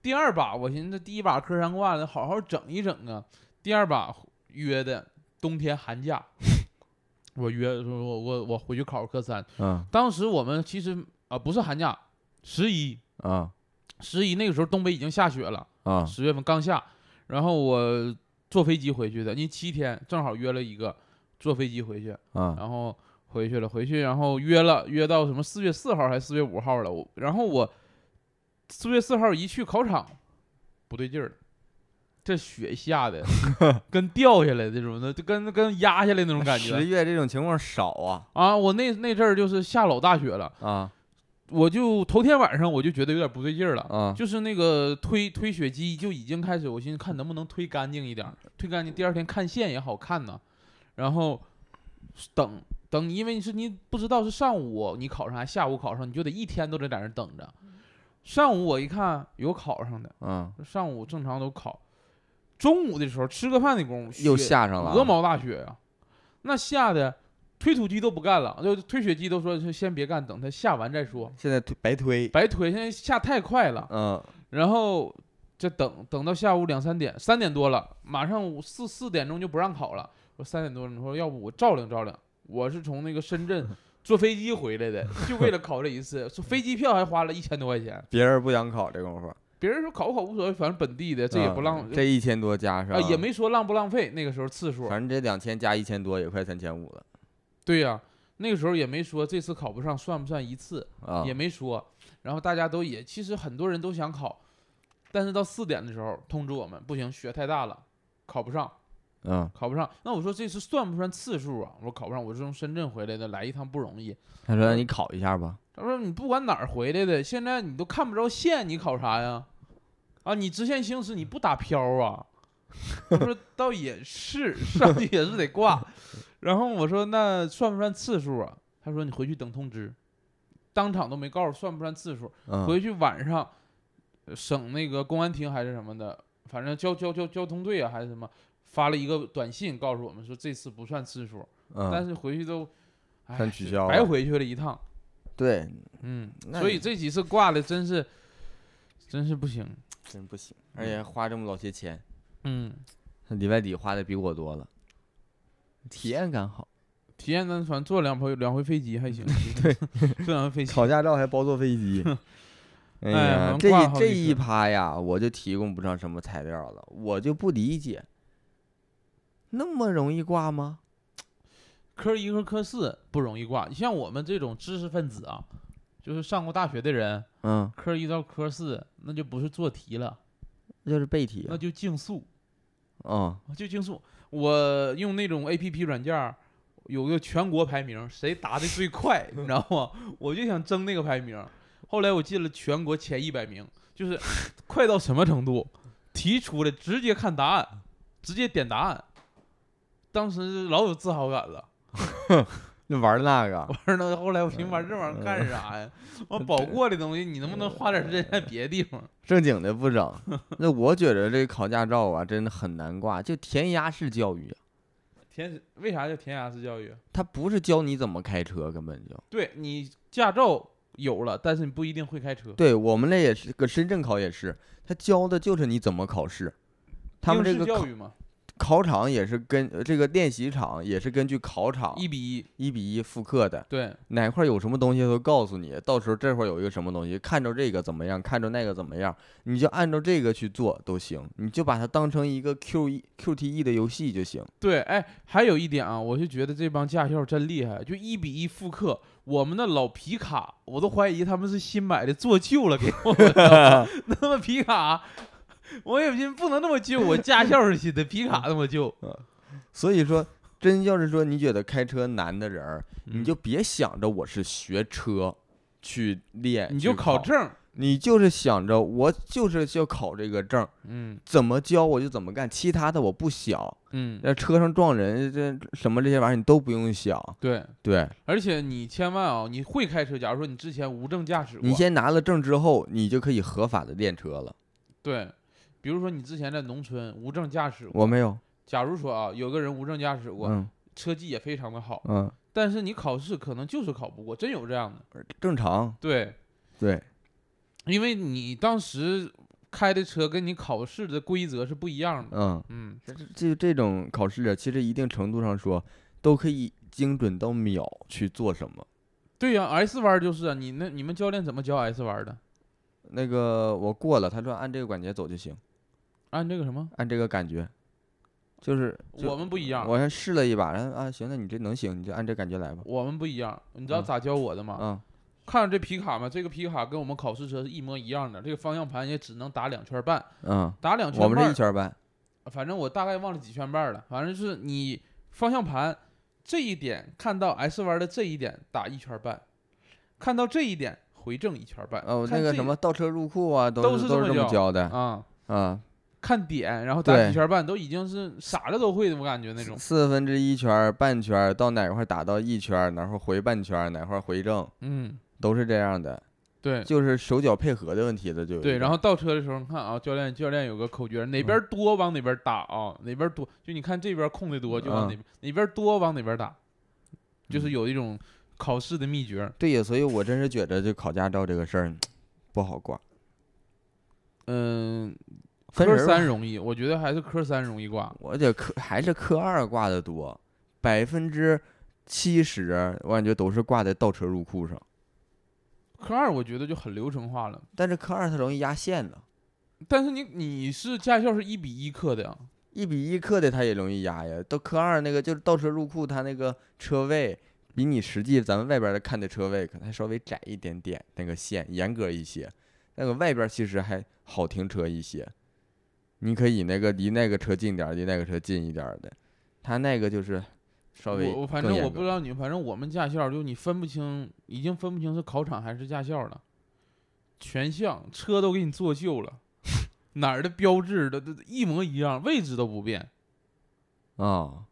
Speaker 1: 第二把我寻思这第一把科三挂了，好好整一整啊。第二把约的冬天寒假，我约说我我我回去考科三。
Speaker 2: 啊
Speaker 1: 当时我们其实啊、不是寒假，十一
Speaker 2: 啊
Speaker 1: 十一那个时候东北已经下雪了，
Speaker 2: 啊
Speaker 1: 十月份刚下，然后我坐飞机回去的，因为七天正好约了一个坐飞机回去，
Speaker 2: 啊
Speaker 1: 然后回去了，回去然后约了约到什么四月四号还是四月五号了，我然后我四月四号一去考场，不对劲儿了，这雪下的跟掉下来的什么的，就跟跟压下来那种感
Speaker 2: 十
Speaker 1: 觉
Speaker 2: 月这种情况少啊
Speaker 1: 啊！我那那阵儿就是下老大雪了，
Speaker 2: 啊
Speaker 1: 我就头天晚上我就觉得有点不对劲儿了。
Speaker 2: 啊
Speaker 1: 就是那个推推雪机就已经开始，我寻思看能不能推干净一点儿，推干净，第二天看线也好看呢。然后等等，因为是你不知道是上午你考上还是下午考上，你就得一天都得在那儿等着。
Speaker 2: 嗯
Speaker 1: 上午我一看有考上的，
Speaker 2: 啊，
Speaker 1: 上午正常都考，中午的时候吃个饭的功夫
Speaker 2: 又
Speaker 1: 雪
Speaker 2: 下上了啊
Speaker 1: 鹅毛大雪呀、啊那下的推土机都不干了，就推雪机都说是先别干，等它下完再说，
Speaker 2: 现在推白推，
Speaker 1: 白推，现在下太快了。
Speaker 2: 嗯
Speaker 1: 然后这等等到下午两三点，三点多了，马上五四四点钟就不让考了。我三点多，你说要不我照亮照亮？我是从那个深
Speaker 2: [LAUGHS]
Speaker 1: 圳坐飞机回来的，就为了考这一次，说飞机票还花了一千多块钱。
Speaker 2: 别人不想考这功夫，
Speaker 1: 别人说考不考无所谓，反正本地的这也不浪
Speaker 2: 啊，这一千多加上
Speaker 1: 啊也，没说浪不浪费。那个时候次数，
Speaker 2: 反正这两千加一千多也快三千五了
Speaker 1: 对呀、那个时候也没说这次考不上算不算一次，
Speaker 2: 啊
Speaker 1: 也没说。然后大家都也，其实很多人都想考，但是到四点的时候通知我们，不行，雪太大了，考不上，
Speaker 2: 嗯，
Speaker 1: 考不上。那我说这次算不算次数啊？我说考不上，我是从深圳回来的，来一趟不容易。
Speaker 2: 他说让你考一下吧，
Speaker 1: 他说你不管哪儿回来的，现在你都看不着线，你考啥呀？啊，你直线行驶你不打漂啊？ [LAUGHS] 我说倒也是，上去也是得挂。然后我说那算不算次数啊？他说你回去等通知，当场都没告诉算不算次数。
Speaker 2: 嗯
Speaker 1: 回去晚上，呃省那个公安厅还是什么的，反正交交交交通队啊还是什么，发了一个短信告诉我们说这次不算次数，但
Speaker 2: 嗯，
Speaker 1: 是回去都，哎
Speaker 2: 全取消
Speaker 1: 白
Speaker 2: 了
Speaker 1: 回去了一趟。
Speaker 2: 对，
Speaker 1: 嗯，
Speaker 2: 那
Speaker 1: 所
Speaker 2: 你
Speaker 1: 以这几次挂的真是，真是不行。
Speaker 2: 真不行，而且还花这么老些钱，
Speaker 1: 嗯，
Speaker 2: 里外里花的比我多了，体验感好，
Speaker 1: 体验呢，反正坐两回两回飞机还
Speaker 2: [LAUGHS]
Speaker 1: 行，对，坐两回飞机。
Speaker 2: 考驾照还包坐
Speaker 1: [LAUGHS]
Speaker 2: 飞机。哎
Speaker 1: 哎好
Speaker 2: 呀
Speaker 1: 像，
Speaker 2: 这
Speaker 1: 挂
Speaker 2: 一
Speaker 1: 了好
Speaker 2: 这
Speaker 1: 几
Speaker 2: 一
Speaker 1: 次
Speaker 2: 趴呀，我就提供不上什么材料了，我就不理解，那么容易挂吗？
Speaker 1: 科一和科四不容易挂，像我们这种知识分子啊，就是上过大学的人，
Speaker 2: 嗯，
Speaker 1: 科一到科四那就不是做题了，
Speaker 2: 就是背题
Speaker 1: 那就竞速。
Speaker 2: 啊，
Speaker 1: 就竞速，我用那种 A P P 软件儿，有个全国排名，谁答的最快，你知道吗？ [LAUGHS] 我就想争那个排名。后来我进了全国前一百名，就是 [LAUGHS] 快到什么程度，提出来直接看答案，直接点答案，当时老有自豪感了。
Speaker 2: 那玩那个
Speaker 1: 完事儿呢，后来我寻思玩这玩意儿干啥呀？我保过的东西，你能不能花点时间在别的地 [LAUGHS] 方？
Speaker 2: 正经的
Speaker 1: [LAUGHS]
Speaker 2: 不整，那我觉得这考驾照啊，真的很难挂，就填鸭式教育啊，
Speaker 1: 填为啥叫填鸭式教育？啊
Speaker 2: 它不是教你怎么开车，根本就。
Speaker 1: 对你驾照有了，但是你不一定会开车。
Speaker 2: 对我们那也是，搁深圳考也是，他教的就是你怎么考试。他们这
Speaker 1: 应试
Speaker 2: 个
Speaker 1: 教
Speaker 2: 考
Speaker 1: 育嘛，
Speaker 2: 考场也是跟呃这个练习场也是根据考场
Speaker 1: 一比一，
Speaker 2: 一比一复刻的，
Speaker 1: 对，
Speaker 2: 哪块儿有什么东西都告诉你，到时候这块儿有一个什么东西，看着这个怎么样，看着那个怎么样，你就按照这个去做都行，你就把它当成一个 Q E Q T E 的游戏就行。
Speaker 1: 对，哎，还有一点啊，我就觉得这帮驾校真厉害，就一比一复刻我们的老皮卡，我都怀疑他们是新买的做旧了给我们的， [LAUGHS] 那么皮卡，我也寻思不能那么旧，我驾校是新的，皮卡那么旧，
Speaker 2: 所以说，真要是说你觉得开车难的人嗯
Speaker 1: 嗯
Speaker 2: 儿，你就别想着我是学车去练，
Speaker 1: 你就
Speaker 2: 去考
Speaker 1: 考证，
Speaker 2: 你就是想着我就是要考这个证儿，
Speaker 1: 嗯
Speaker 2: 怎么教我就怎么干，其他的我不想。
Speaker 1: 嗯，
Speaker 2: 那车上撞人这什么这些玩意儿你都不用想，
Speaker 1: 对，
Speaker 2: 对
Speaker 1: 而且你千万啊，你会开车，假如说你之前无证驾驶过，
Speaker 2: 你先拿了证之后，你就可以合法的练车了。
Speaker 1: 对，比如说你之前在农村无证驾驶过，
Speaker 2: 我没有，
Speaker 1: 假如说啊，有个人无证驾驶过，
Speaker 2: 嗯
Speaker 1: 车技也非常的好，
Speaker 2: 嗯，
Speaker 1: 但是你考试可能就是考不过，真有这样的。
Speaker 2: 正常，
Speaker 1: 对，
Speaker 2: 对，
Speaker 1: 因为你当时开的车跟你考试的规则是不一样的。
Speaker 2: 嗯，
Speaker 1: 嗯，
Speaker 2: 这这种考试啊，其实一定程度上说，都可以精准到秒去做什么。
Speaker 1: 对呀、s 弯儿就是啊，你那你们教练怎么教 S 弯儿的？
Speaker 2: 那个我过了，他说按这个感觉走就行，
Speaker 1: 按这个什么？
Speaker 2: 按这个感觉，就是就
Speaker 1: 我们不一样，
Speaker 2: 我先试了一把，然后啊行，那你这能行，你就按这感觉来吧。
Speaker 1: 我们不一样。你知道
Speaker 2: 嗯
Speaker 1: 咋教我的吗？
Speaker 2: 啊，
Speaker 1: 看着这皮卡嘛，这个皮卡跟我们考试车是一模一样的，这个方向盘也只能打两圈半，
Speaker 2: 嗯，
Speaker 1: 打两圈
Speaker 2: 我
Speaker 1: 半。
Speaker 2: 们是一圈半，
Speaker 1: 反正我大概忘了几圈半了，反正是你方向盘这一点看到 S 弯的这一点打一圈半，看到这一点回正一圈半。
Speaker 2: 哦，
Speaker 1: 看
Speaker 2: 那个
Speaker 1: 这
Speaker 2: 什么倒车入库啊，都
Speaker 1: 都
Speaker 2: 是
Speaker 1: 是
Speaker 2: 都
Speaker 1: 这
Speaker 2: 是
Speaker 1: 么
Speaker 2: 这么
Speaker 1: 教
Speaker 2: 教的
Speaker 1: 啊，
Speaker 2: 啊，
Speaker 1: 看点然后打
Speaker 2: 对
Speaker 1: 几圈半，都已经是傻了都会的，我感觉那
Speaker 2: [LAUGHS]
Speaker 1: 种。
Speaker 2: 四分之一圈儿、半圈儿，到哪块儿打到一圈儿，哪块儿回半圈儿，哪块儿回正，
Speaker 1: 嗯，
Speaker 2: 都是这样的，
Speaker 1: 对
Speaker 2: 就是手脚配合的问题了，就有一
Speaker 1: 对。
Speaker 2: 个
Speaker 1: 然后倒车的时候，你看啊，教练教练有个口诀，哪边
Speaker 2: 嗯
Speaker 1: 多往哪边打啊，哪边多就你看这边空的多就往哪边，哪边多往哪边打，就是
Speaker 2: 嗯
Speaker 1: 有一种考试的秘诀。
Speaker 2: 对呀，所以我真是觉得就考驾照这个事儿不好挂，
Speaker 1: 嗯，
Speaker 2: 分
Speaker 1: 科
Speaker 2: 人儿吧
Speaker 1: 三容易，我觉得还是科三容易挂。
Speaker 2: 我觉得科还是科二挂的多，百分之七十我感觉都是挂在倒车入库上，
Speaker 1: 科二我觉得就很流程化了，
Speaker 2: 但是科二它容易压线呢，
Speaker 1: 但是你你是驾校是一比一课的呀，
Speaker 2: 一比一课的它也容易压呀，到科二那个就是倒车入库，它那个车位比你实际咱们外边儿的看的车位可能还稍微窄一点点，那个线严格一些，那个外边儿其实还好停车一些，你可以那个离那个车近点儿，离那个车近一点儿的，它那个就是稍微
Speaker 1: 我我反
Speaker 2: 更
Speaker 1: 正我
Speaker 2: 严
Speaker 1: 不
Speaker 2: 格
Speaker 1: 知道你，反正我们驾校就你分不清，已经分不清是考场还是驾校了，全项车都给你做旧了， [LAUGHS] 哪儿的标志的都一模一样，位置都不变，
Speaker 2: 啊、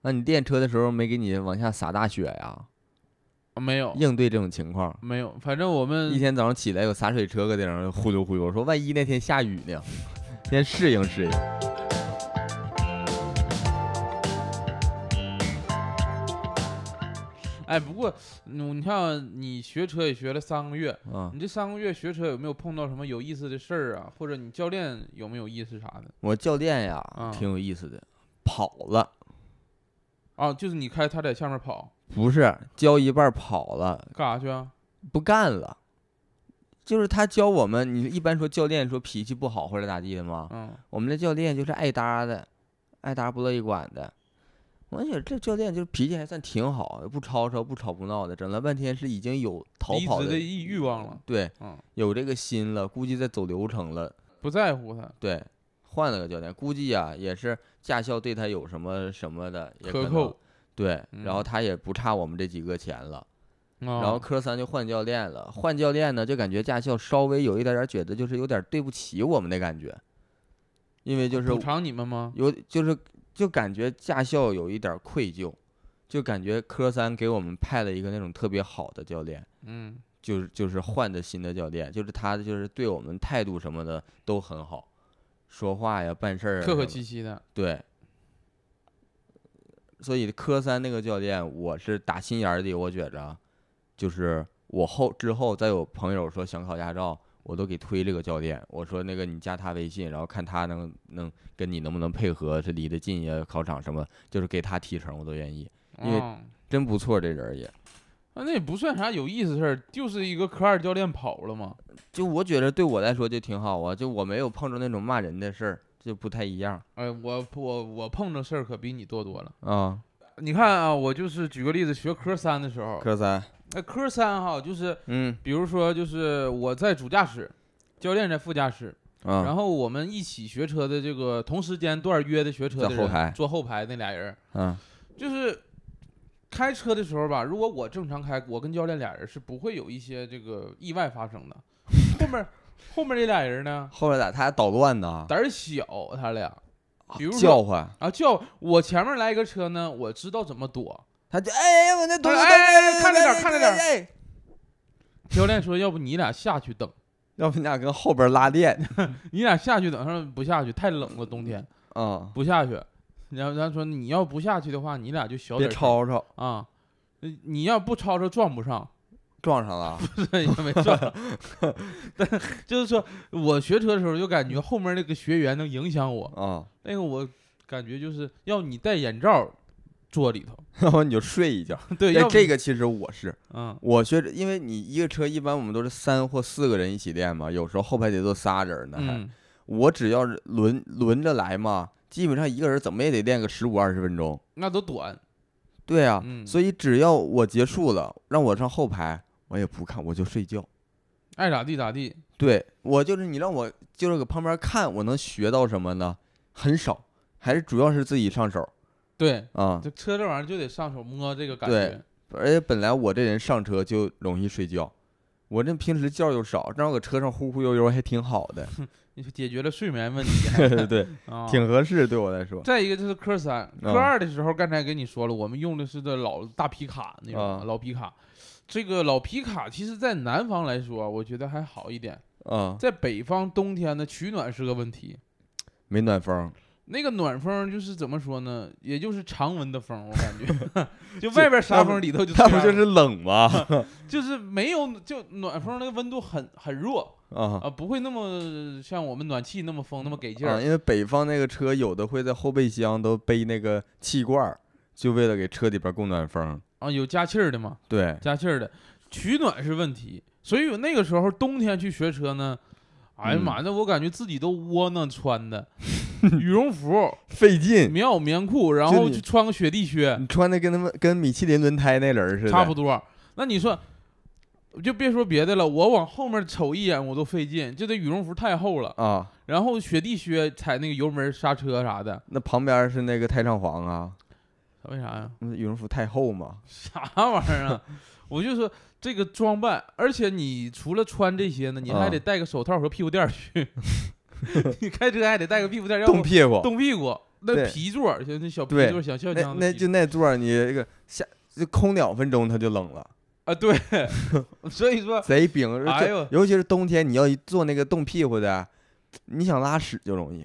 Speaker 2: 那你练车的时候没给你往下撒大雪呀？
Speaker 1: 啊没有
Speaker 2: 应对这种情况，
Speaker 1: 没有，反正我
Speaker 2: 一
Speaker 1: 们
Speaker 2: 天早上起来有洒水车搁顶上忽悠忽悠，我说万一那天下雨呢？先适应适应。
Speaker 1: 哎，不过嗯你看你学车也学了三个月，
Speaker 2: 啊、
Speaker 1: 你这三个月学车有没有碰到什么有意思的事儿啊？或者你教练有没有意思啥的？
Speaker 2: 我教练呀，
Speaker 1: 嗯
Speaker 2: 挺有意思的，跑了，
Speaker 1: 啊，就是你开他在下面跑，
Speaker 2: 不是教一半跑了，
Speaker 1: 干啥去啊？
Speaker 2: 不干了。就是他教我们，你一般说教练说脾气不好或者咋地的吗？
Speaker 1: 嗯，
Speaker 2: 我们的教练就是爱搭的，爱搭不乐意管的。我觉得这教练就是脾气还算挺好，不吵吵不吵不闹的，整了半天是已经有逃
Speaker 1: 离
Speaker 2: 跑
Speaker 1: 职
Speaker 2: 的
Speaker 1: 的欲欲望了，
Speaker 2: 对，
Speaker 1: 嗯，
Speaker 2: 有这个心了，估计在走流程了。
Speaker 1: 不在乎他，
Speaker 2: 对，换了个教练，估计呀、也是驾校对他有什么什么的也可
Speaker 1: 克
Speaker 2: 能
Speaker 1: 扣。
Speaker 2: 对，然后
Speaker 1: 嗯啊
Speaker 2: 他也不差我们这几个钱了。
Speaker 1: 然
Speaker 2: 然后科三就换教练了，换教练呢，就感觉驾校稍微有一点点觉得就是有点对不起我们的感觉，因为就是
Speaker 1: 补偿你们吗？
Speaker 2: 有就是就感觉驾校有一点儿愧疚，就感觉科三给我们派了一个那种特别好的教练，
Speaker 1: 嗯，
Speaker 2: 就是就是换的新的教练，就是他就是对我们态度什么的都很好，说话呀办事儿啊
Speaker 1: 客
Speaker 2: 什
Speaker 1: 客
Speaker 2: 么
Speaker 1: 气气的，
Speaker 2: 对。所以科三那个教练，我是打心眼儿里我觉着，就是我后之后再有朋友说想考驾照，我都给推这个教练，我说那个你加他微信，然后看他能能跟你能不能配合，是离得近呀，考场什么，就是给他提成我都愿意，因为
Speaker 1: 嗯
Speaker 2: 真不错这人儿也，
Speaker 1: 啊那也不算啥有意思事儿，就是一个科二教练跑了嘛。
Speaker 2: 就我觉着对我来说就挺好啊，就我没有碰着那种骂人的事儿，就不太一样
Speaker 1: 哎，我我我碰着事儿可比你多多了。
Speaker 2: 啊。
Speaker 1: 你看啊，我就是举个例子，学科三的时候，
Speaker 2: 科三，
Speaker 1: 那科三哈，就是
Speaker 2: 嗯
Speaker 1: 比如说就是我在主驾驶，教练在副驾驶，
Speaker 2: 啊，
Speaker 1: 然后我们一起学车的这个同时间段约的学车的
Speaker 2: 在
Speaker 1: 人
Speaker 2: 后排
Speaker 1: 坐后排那俩人，
Speaker 2: 嗯
Speaker 1: 就是开车的
Speaker 2: [LAUGHS]
Speaker 1: 时候吧，如果我正常开，我跟教练俩人是不会有一些这个意外发生的。后面后面这俩人呢，
Speaker 2: 后来咋他还捣乱呢？
Speaker 1: 胆儿小，他俩比如说
Speaker 2: 叫唤
Speaker 1: 啊叫我前面来一个车呢，我知道怎么躲。
Speaker 2: 他就哎哎我那东西
Speaker 1: 哎哎哎看着点看着点
Speaker 2: 点，
Speaker 1: 教练说，要不你俩下去等， [LAUGHS]
Speaker 2: 要不你俩跟后边拉练
Speaker 1: 你俩下去等，他说不下去，太冷了，冬天
Speaker 2: 啊，
Speaker 1: 不下去。然后他说你要不下去的话，你俩就小
Speaker 2: 别
Speaker 1: 点声
Speaker 2: 吵吵，
Speaker 1: 啊，呃你要不吵吵撞不上。
Speaker 2: 撞
Speaker 1: [LAUGHS]
Speaker 2: 上了。
Speaker 1: 也没撞上， [LAUGHS] 但就是说我学车的时候就感觉后面那个学员能影响我，
Speaker 2: 啊，
Speaker 1: 那个我感觉就是要你戴眼罩坐里头， [LAUGHS]
Speaker 2: 要不你就睡一觉。
Speaker 1: 对，
Speaker 2: 哎
Speaker 1: 要，
Speaker 2: 这个其实我是，
Speaker 1: 嗯
Speaker 2: 我学着，因为你一个车一般我们都是三或四个人一起练嘛，有时候后排得坐仨人呢。还
Speaker 1: 嗯，
Speaker 2: 我只要是轮轮着来嘛，基本上一个人怎么也得练个十五二十分钟。
Speaker 1: 那都短，
Speaker 2: 对啊，
Speaker 1: 嗯
Speaker 2: 所以只要我结束了，让我上后排，我也不看，我就睡觉。
Speaker 1: 爱咋地咋地，
Speaker 2: 对我就是你让我就是搁旁边看，我能学到什么呢？很少，还是主要是自己上手
Speaker 1: 对，
Speaker 2: 啊、
Speaker 1: 这车这玩意儿就得上手摸这个感
Speaker 2: 对
Speaker 1: 觉，
Speaker 2: 而且本来我这人上车就容易睡觉，我这平时觉又少，让我搁车上忽忽悠悠还挺好
Speaker 1: [LAUGHS]
Speaker 2: 的。
Speaker 1: 你就解决了睡眠问题
Speaker 2: [LAUGHS] 对，
Speaker 1: 啊。
Speaker 2: 挺合适，对我来说。
Speaker 1: 再一个就是科三、科
Speaker 2: 啊
Speaker 1: 二的时候，刚才跟你说了，我们用的是这老大皮卡那
Speaker 2: 啊
Speaker 1: 种老皮卡。这个老皮卡其实，在南方来说，啊我觉得还好一点。
Speaker 2: 啊、
Speaker 1: 在北方冬天呢，取暖是个问题。
Speaker 2: 没暖风，
Speaker 1: 那个暖风就是怎么说呢？也就是常温的风，我感觉，
Speaker 2: [LAUGHS]
Speaker 1: 就外边啥风，里头就
Speaker 2: 那
Speaker 1: 这
Speaker 2: 不
Speaker 1: 样
Speaker 2: 就是
Speaker 1: [LAUGHS]
Speaker 2: 冷吗？
Speaker 1: 就是没有就暖风那个温度很很弱
Speaker 2: 啊
Speaker 1: 啊，不会那么像我们暖气那么风那么给劲
Speaker 2: 啊，
Speaker 1: 儿。
Speaker 2: 因为北方那个车有的会在后备箱都背那个气罐儿，就为了给车里边供暖风。
Speaker 1: 啊，有加气儿的嘛，
Speaker 2: 对，
Speaker 1: 加气儿的，取暖是问题。所以那个时候冬天去学车呢，哎呀
Speaker 2: 嗯
Speaker 1: 妈，那我感觉自己都窝囊穿
Speaker 2: [LAUGHS]
Speaker 1: 的，羽绒服、
Speaker 2: 费劲，
Speaker 1: 棉袄、棉裤，然
Speaker 2: 就
Speaker 1: 后
Speaker 2: 你
Speaker 1: 就穿个雪地靴，
Speaker 2: 你穿的跟他们跟米其林轮胎那人儿似的。
Speaker 1: 差不多。那你说，就别说别的了，我往后面瞅一眼我都费劲，就这羽绒服太厚了，
Speaker 2: 啊，
Speaker 1: 然后雪地靴踩那个油门、刹车啥的，
Speaker 2: 那旁边是那个太上皇啊，
Speaker 1: 为啥呀？
Speaker 2: 那羽绒服太厚嘛。
Speaker 1: 啥玩意儿啊？ [LAUGHS] 我就说这个装扮，而且你除了穿这些呢，你还
Speaker 2: 啊
Speaker 1: 得戴个手套和屁股垫儿去。 [LAUGHS] 你开车还得戴个屁股垫儿，要
Speaker 2: 冻
Speaker 1: 不
Speaker 2: 屁股，
Speaker 1: 冻屁股。那
Speaker 2: 对
Speaker 1: 皮座儿，就那小皮
Speaker 2: 对
Speaker 1: 座儿，小笑
Speaker 2: 那
Speaker 1: 江的
Speaker 2: 那
Speaker 1: 皮
Speaker 2: 就那座儿，你这个下就空两分钟它就冷了，
Speaker 1: 啊，对。 [LAUGHS] 所以说，
Speaker 2: 贼冰。
Speaker 1: 哎
Speaker 2: 这
Speaker 1: 呦
Speaker 2: 尤其是冬天，你要一坐那个冻屁股的，你想拉屎就容易。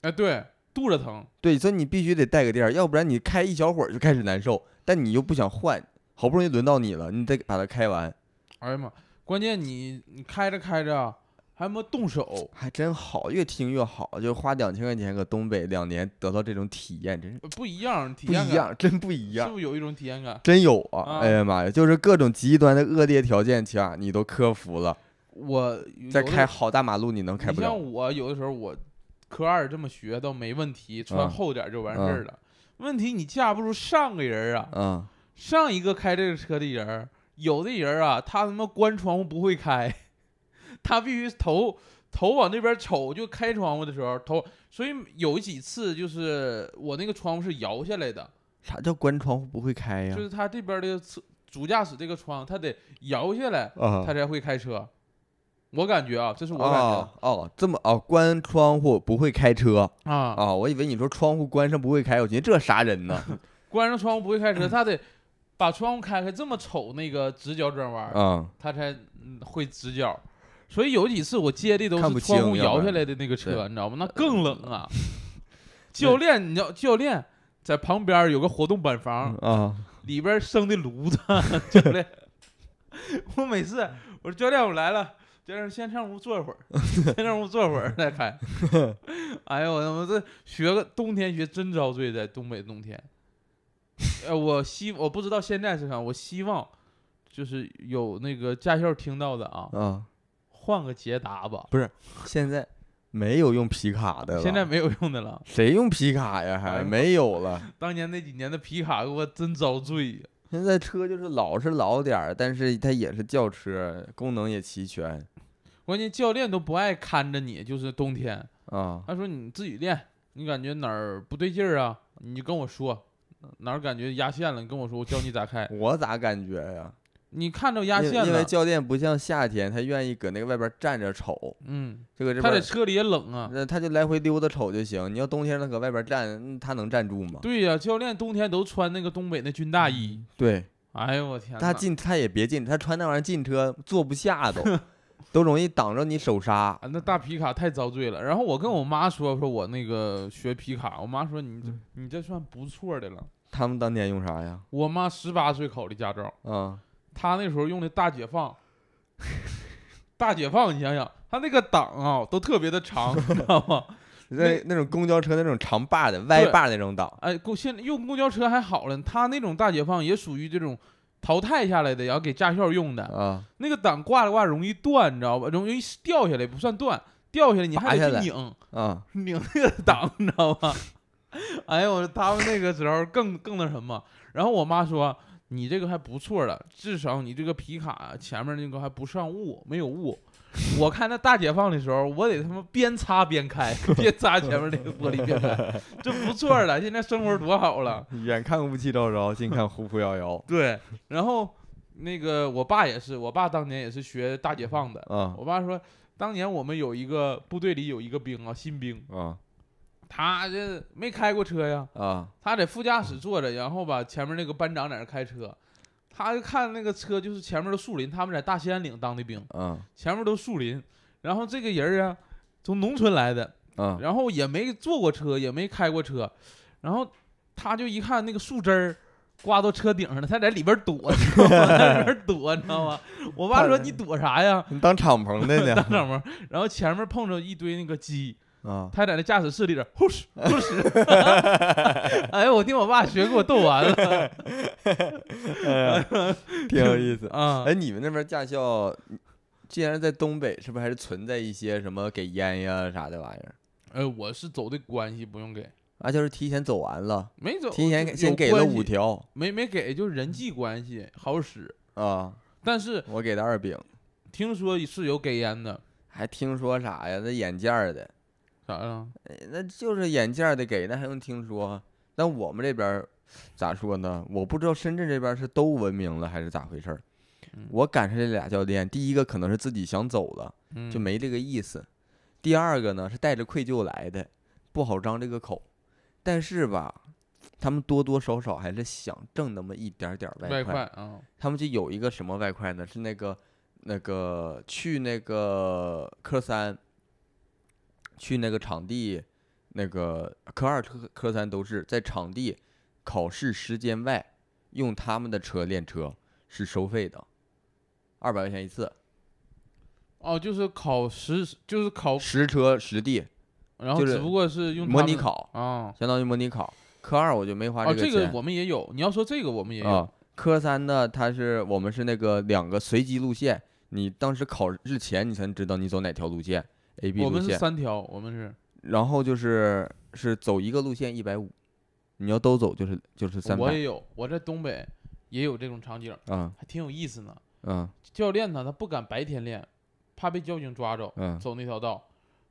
Speaker 1: 哎，对，肚子疼。
Speaker 2: 对，所以你必须得带个垫儿，要不然你开一小会儿就开始难受，但你又不想换，好不容易轮到你了，你得把它开完，
Speaker 1: 哎呀妈，关键你你开着开着啊还没动手，
Speaker 2: 还真好，越听越好，就花两千块钱搁东北两年得到这种体验，真是
Speaker 1: 呃不一样，体
Speaker 2: 不
Speaker 1: 验
Speaker 2: 一
Speaker 1: 感
Speaker 2: 样，真不一
Speaker 1: 是
Speaker 2: 样。
Speaker 1: 不是有一种体验感？
Speaker 2: 真有
Speaker 1: 啊
Speaker 2: 啊！哎呀妈呀，就是各种极端的恶劣条件下，你都克服了，
Speaker 1: 我
Speaker 2: 再
Speaker 1: 有的
Speaker 2: 开好大马路你能开
Speaker 1: 你
Speaker 2: 不了
Speaker 1: 像。我有的时候我科二这么学倒没问题，穿
Speaker 2: 嗯
Speaker 1: 厚点儿就完事儿了。问题你架不住上个人儿啊，
Speaker 2: 嗯，
Speaker 1: 上一个开这个车的人儿，有的人儿啊，他他妈关窗户不会开， [LAUGHS] 他必须头头往那边瞅，就开窗户的时候头，所以有几次就是我那个窗户是摇下来的，
Speaker 2: 啥叫关窗户不会开呀
Speaker 1: 就？是他这边的侧主驾驶这个窗，他得摇下来，
Speaker 2: 啊
Speaker 1: 他才会开车。我感觉啊，这是我感
Speaker 2: 哦
Speaker 1: 觉
Speaker 2: 哦，这么哦，关窗户不会开车
Speaker 1: 啊，
Speaker 2: 啊！我以为你说窗户关上不会开，我寻思这啥人呢？
Speaker 1: [LAUGHS] 关上窗户不会开
Speaker 2: [CLEARS THROAT]
Speaker 1: 车，他得把窗户开开，这么瞅那个直角转弯，
Speaker 2: 啊，
Speaker 1: 他才嗯会直角。所以有几次我接的都
Speaker 2: 看
Speaker 1: 是
Speaker 2: 不
Speaker 1: 窗户
Speaker 2: 清要不
Speaker 1: 摇下
Speaker 2: 然
Speaker 1: 来的那个车，
Speaker 2: 对呃
Speaker 1: 你知道吗？那更冷啊！教练，你知道教练在旁边有个活动板房，
Speaker 2: 啊，
Speaker 1: 里边生的炉子，教练。我每次我说教练我来了，教练说先上屋坐会儿，先上屋坐会儿再开。哎呦我他妈这学个冬天学真遭罪，在东北冬天。呃，我希我不知道现在是啥，我希望就是有那个驾校听到的啊，
Speaker 2: 啊，
Speaker 1: 换个捷达吧，
Speaker 2: 现在没有用皮卡的了，
Speaker 1: 现在没有用的了。
Speaker 2: 谁用皮卡呀？
Speaker 1: 哎
Speaker 2: 还
Speaker 1: 呀
Speaker 2: 没有了。
Speaker 1: 当年那几年的皮卡给我真遭罪呀。
Speaker 2: 现在车就是老是老点儿，但是它也是轿车，功能也齐全
Speaker 1: 关键教练都不爱看着你，就是冬天，
Speaker 2: 啊。。
Speaker 1: 他说你自己练，你感觉哪儿不对劲儿啊，你就跟我说，哪儿感觉压线了，你跟我说，我教你咋开
Speaker 2: 我咋感觉呀？
Speaker 1: 你看着压
Speaker 2: 因为
Speaker 1: 线
Speaker 2: 因为
Speaker 1: 了，
Speaker 2: 教练不像夏天，他愿意搁那个外边站着瞅，
Speaker 1: 嗯，
Speaker 2: 就搁这
Speaker 1: 他
Speaker 2: 边
Speaker 1: 在
Speaker 2: 儿，
Speaker 1: 车里也冷啊。
Speaker 2: 那他就来回溜达瞅就行。你要冬天他搁外边站，嗯他能站住吗？
Speaker 1: 对呀、教练冬天都穿那个东北那军大衣。
Speaker 2: 对，
Speaker 1: 哎呦我天哪！
Speaker 2: 他进他也别进，他穿那玩意儿进车坐不
Speaker 1: [LAUGHS]
Speaker 2: 下都，都容易挡着你手刹。
Speaker 1: 啊，那大皮卡太遭罪了。然后我跟我妈说说我那个学皮卡，我妈说你
Speaker 2: 嗯
Speaker 1: 这你这算不错的了。
Speaker 2: 他们当年用啥呀？
Speaker 1: 我妈十八岁考的驾照，
Speaker 2: 啊、
Speaker 1: 她那时候用的大解
Speaker 2: [LAUGHS]
Speaker 1: 放，大解放，你想想，它那个档啊都特别的长，你知道吗？
Speaker 2: 那那种公交车那种长把的、歪
Speaker 1: 对
Speaker 2: 把那种挡，
Speaker 1: 哎，公现在用公交车还好了，它那种大解放也属于这种淘汰下来的，然后给驾校用的。
Speaker 2: 啊，
Speaker 1: 那个档挂了挂容易断，你知道吧？容易掉下来，不算断，掉下来你还
Speaker 2: 拔下
Speaker 1: 得
Speaker 2: 来
Speaker 1: 去拧。
Speaker 2: 啊，
Speaker 1: 拧那个档，你知道吗？ [LAUGHS] 哎呦，我说他们那个时候更更那什么。然后我妈说：“你这个还不错了，至少你这个皮卡前面那个还不上雾，没有雾。” [LAUGHS] 我看那大解放的时候，我得他妈边擦边开，边擦前面那个玻璃边开，这不错了。现在生活多好了，。
Speaker 2: 远看雾气昭昭，近看呼呼摇摇
Speaker 1: 对。然后那个我爸也是，我爸当年也是学大解放的。
Speaker 2: 啊
Speaker 1: 我爸说，当年我们有一个部队里有一个兵啊，新兵，
Speaker 2: 啊
Speaker 1: 他这没开过车呀，
Speaker 2: 啊！
Speaker 1: 他在副驾驶坐着，然后吧，前面那个班长在那开车，他就看那个车就是前面的树林，他们在大兴安岭当的兵，
Speaker 2: 嗯
Speaker 1: 前面都树林，然后这个人啊，从农村来的，[LAUGHS]
Speaker 2: 嗯
Speaker 1: 然后也没坐过车，也没开过车，然后他就一看那个树枝儿。刮到车顶上了，他在里边躲， [LAUGHS] 你知道吗？他在里边躲，你知道吗？我爸说：“你躲啥呀
Speaker 2: 你当敞
Speaker 1: [LAUGHS]
Speaker 2: 篷的？”
Speaker 1: 大
Speaker 2: 呢？
Speaker 1: 脑门儿。然后前面碰着一堆那个鸡，
Speaker 2: 啊，
Speaker 1: 他在那驾驶室里边，呼哧呼哧， [LAUGHS] 哎呦，我听我爸学给我逗完了 [LAUGHS] 哎
Speaker 2: [LAUGHS] 挺有意思。
Speaker 1: 啊！
Speaker 2: 哎，你们那边驾校，既然在东北，是不是还是存在一些什么给烟呀啥的玩意儿？
Speaker 1: 哎，我是走的关系，不用给，
Speaker 2: 啊，就是提前走完了，
Speaker 1: 没走，
Speaker 2: 提前给
Speaker 1: 有
Speaker 2: 先给了
Speaker 1: 关系
Speaker 2: 五条
Speaker 1: 没没给，就是人际关系好使。
Speaker 2: 啊，
Speaker 1: 但是
Speaker 2: 我给的二饼，
Speaker 1: 听说是有给烟的，
Speaker 2: 还听说啥呀？那眼镜儿的，
Speaker 1: 啥啊呀？
Speaker 2: 哎那就是眼镜儿的给，那还用听说？但我们这边儿咋说呢？我不知道深圳这边儿是都文明了还是咋回事儿
Speaker 1: 嗯。
Speaker 2: 我赶上这俩教练，第一个可能是自己想走了，
Speaker 1: 嗯
Speaker 2: 就没这个意思。第二个呢是带着愧疚来的，不好张这个口，但是吧，他们多多少少还是想挣那么一点儿点儿
Speaker 1: 外
Speaker 2: 快。
Speaker 1: 快啊，
Speaker 2: 他们就有一个什么外快呢？是那个那个去那个科三，去那个场地，那个科二、科科三都是在场地考试时间外用他们的车练车是收费的，二百块钱一次，
Speaker 1: 哦，就是考实，就是考，
Speaker 2: 实车实地
Speaker 1: 然后
Speaker 2: 就是
Speaker 1: 只不过是用
Speaker 2: 模
Speaker 1: 他
Speaker 2: 拟
Speaker 1: 们
Speaker 2: 考，
Speaker 1: 啊。
Speaker 2: 相当于模拟考。科二我就没花
Speaker 1: 哦，
Speaker 2: 个
Speaker 1: 这
Speaker 2: 钱
Speaker 1: 个我们也有。你要说这个，我们也
Speaker 2: 啊、
Speaker 1: 有。
Speaker 2: 科三呢，它是我们是那个两个随机路线，你当时考日前你才能知道你走哪条路线，A、B
Speaker 1: 我
Speaker 2: 路
Speaker 1: 们是
Speaker 2: 线，
Speaker 1: 三条，我们是
Speaker 2: 然后就是是走一个路线一百五，你要都走就是就是三
Speaker 1: 我
Speaker 2: 百
Speaker 1: 也有。我在东北也有这种场景，
Speaker 2: 啊
Speaker 1: 还挺有意思呢。
Speaker 2: 嗯
Speaker 1: 教练呢，他不敢白天练，怕被交警抓着，
Speaker 2: 嗯，
Speaker 1: 走那条道，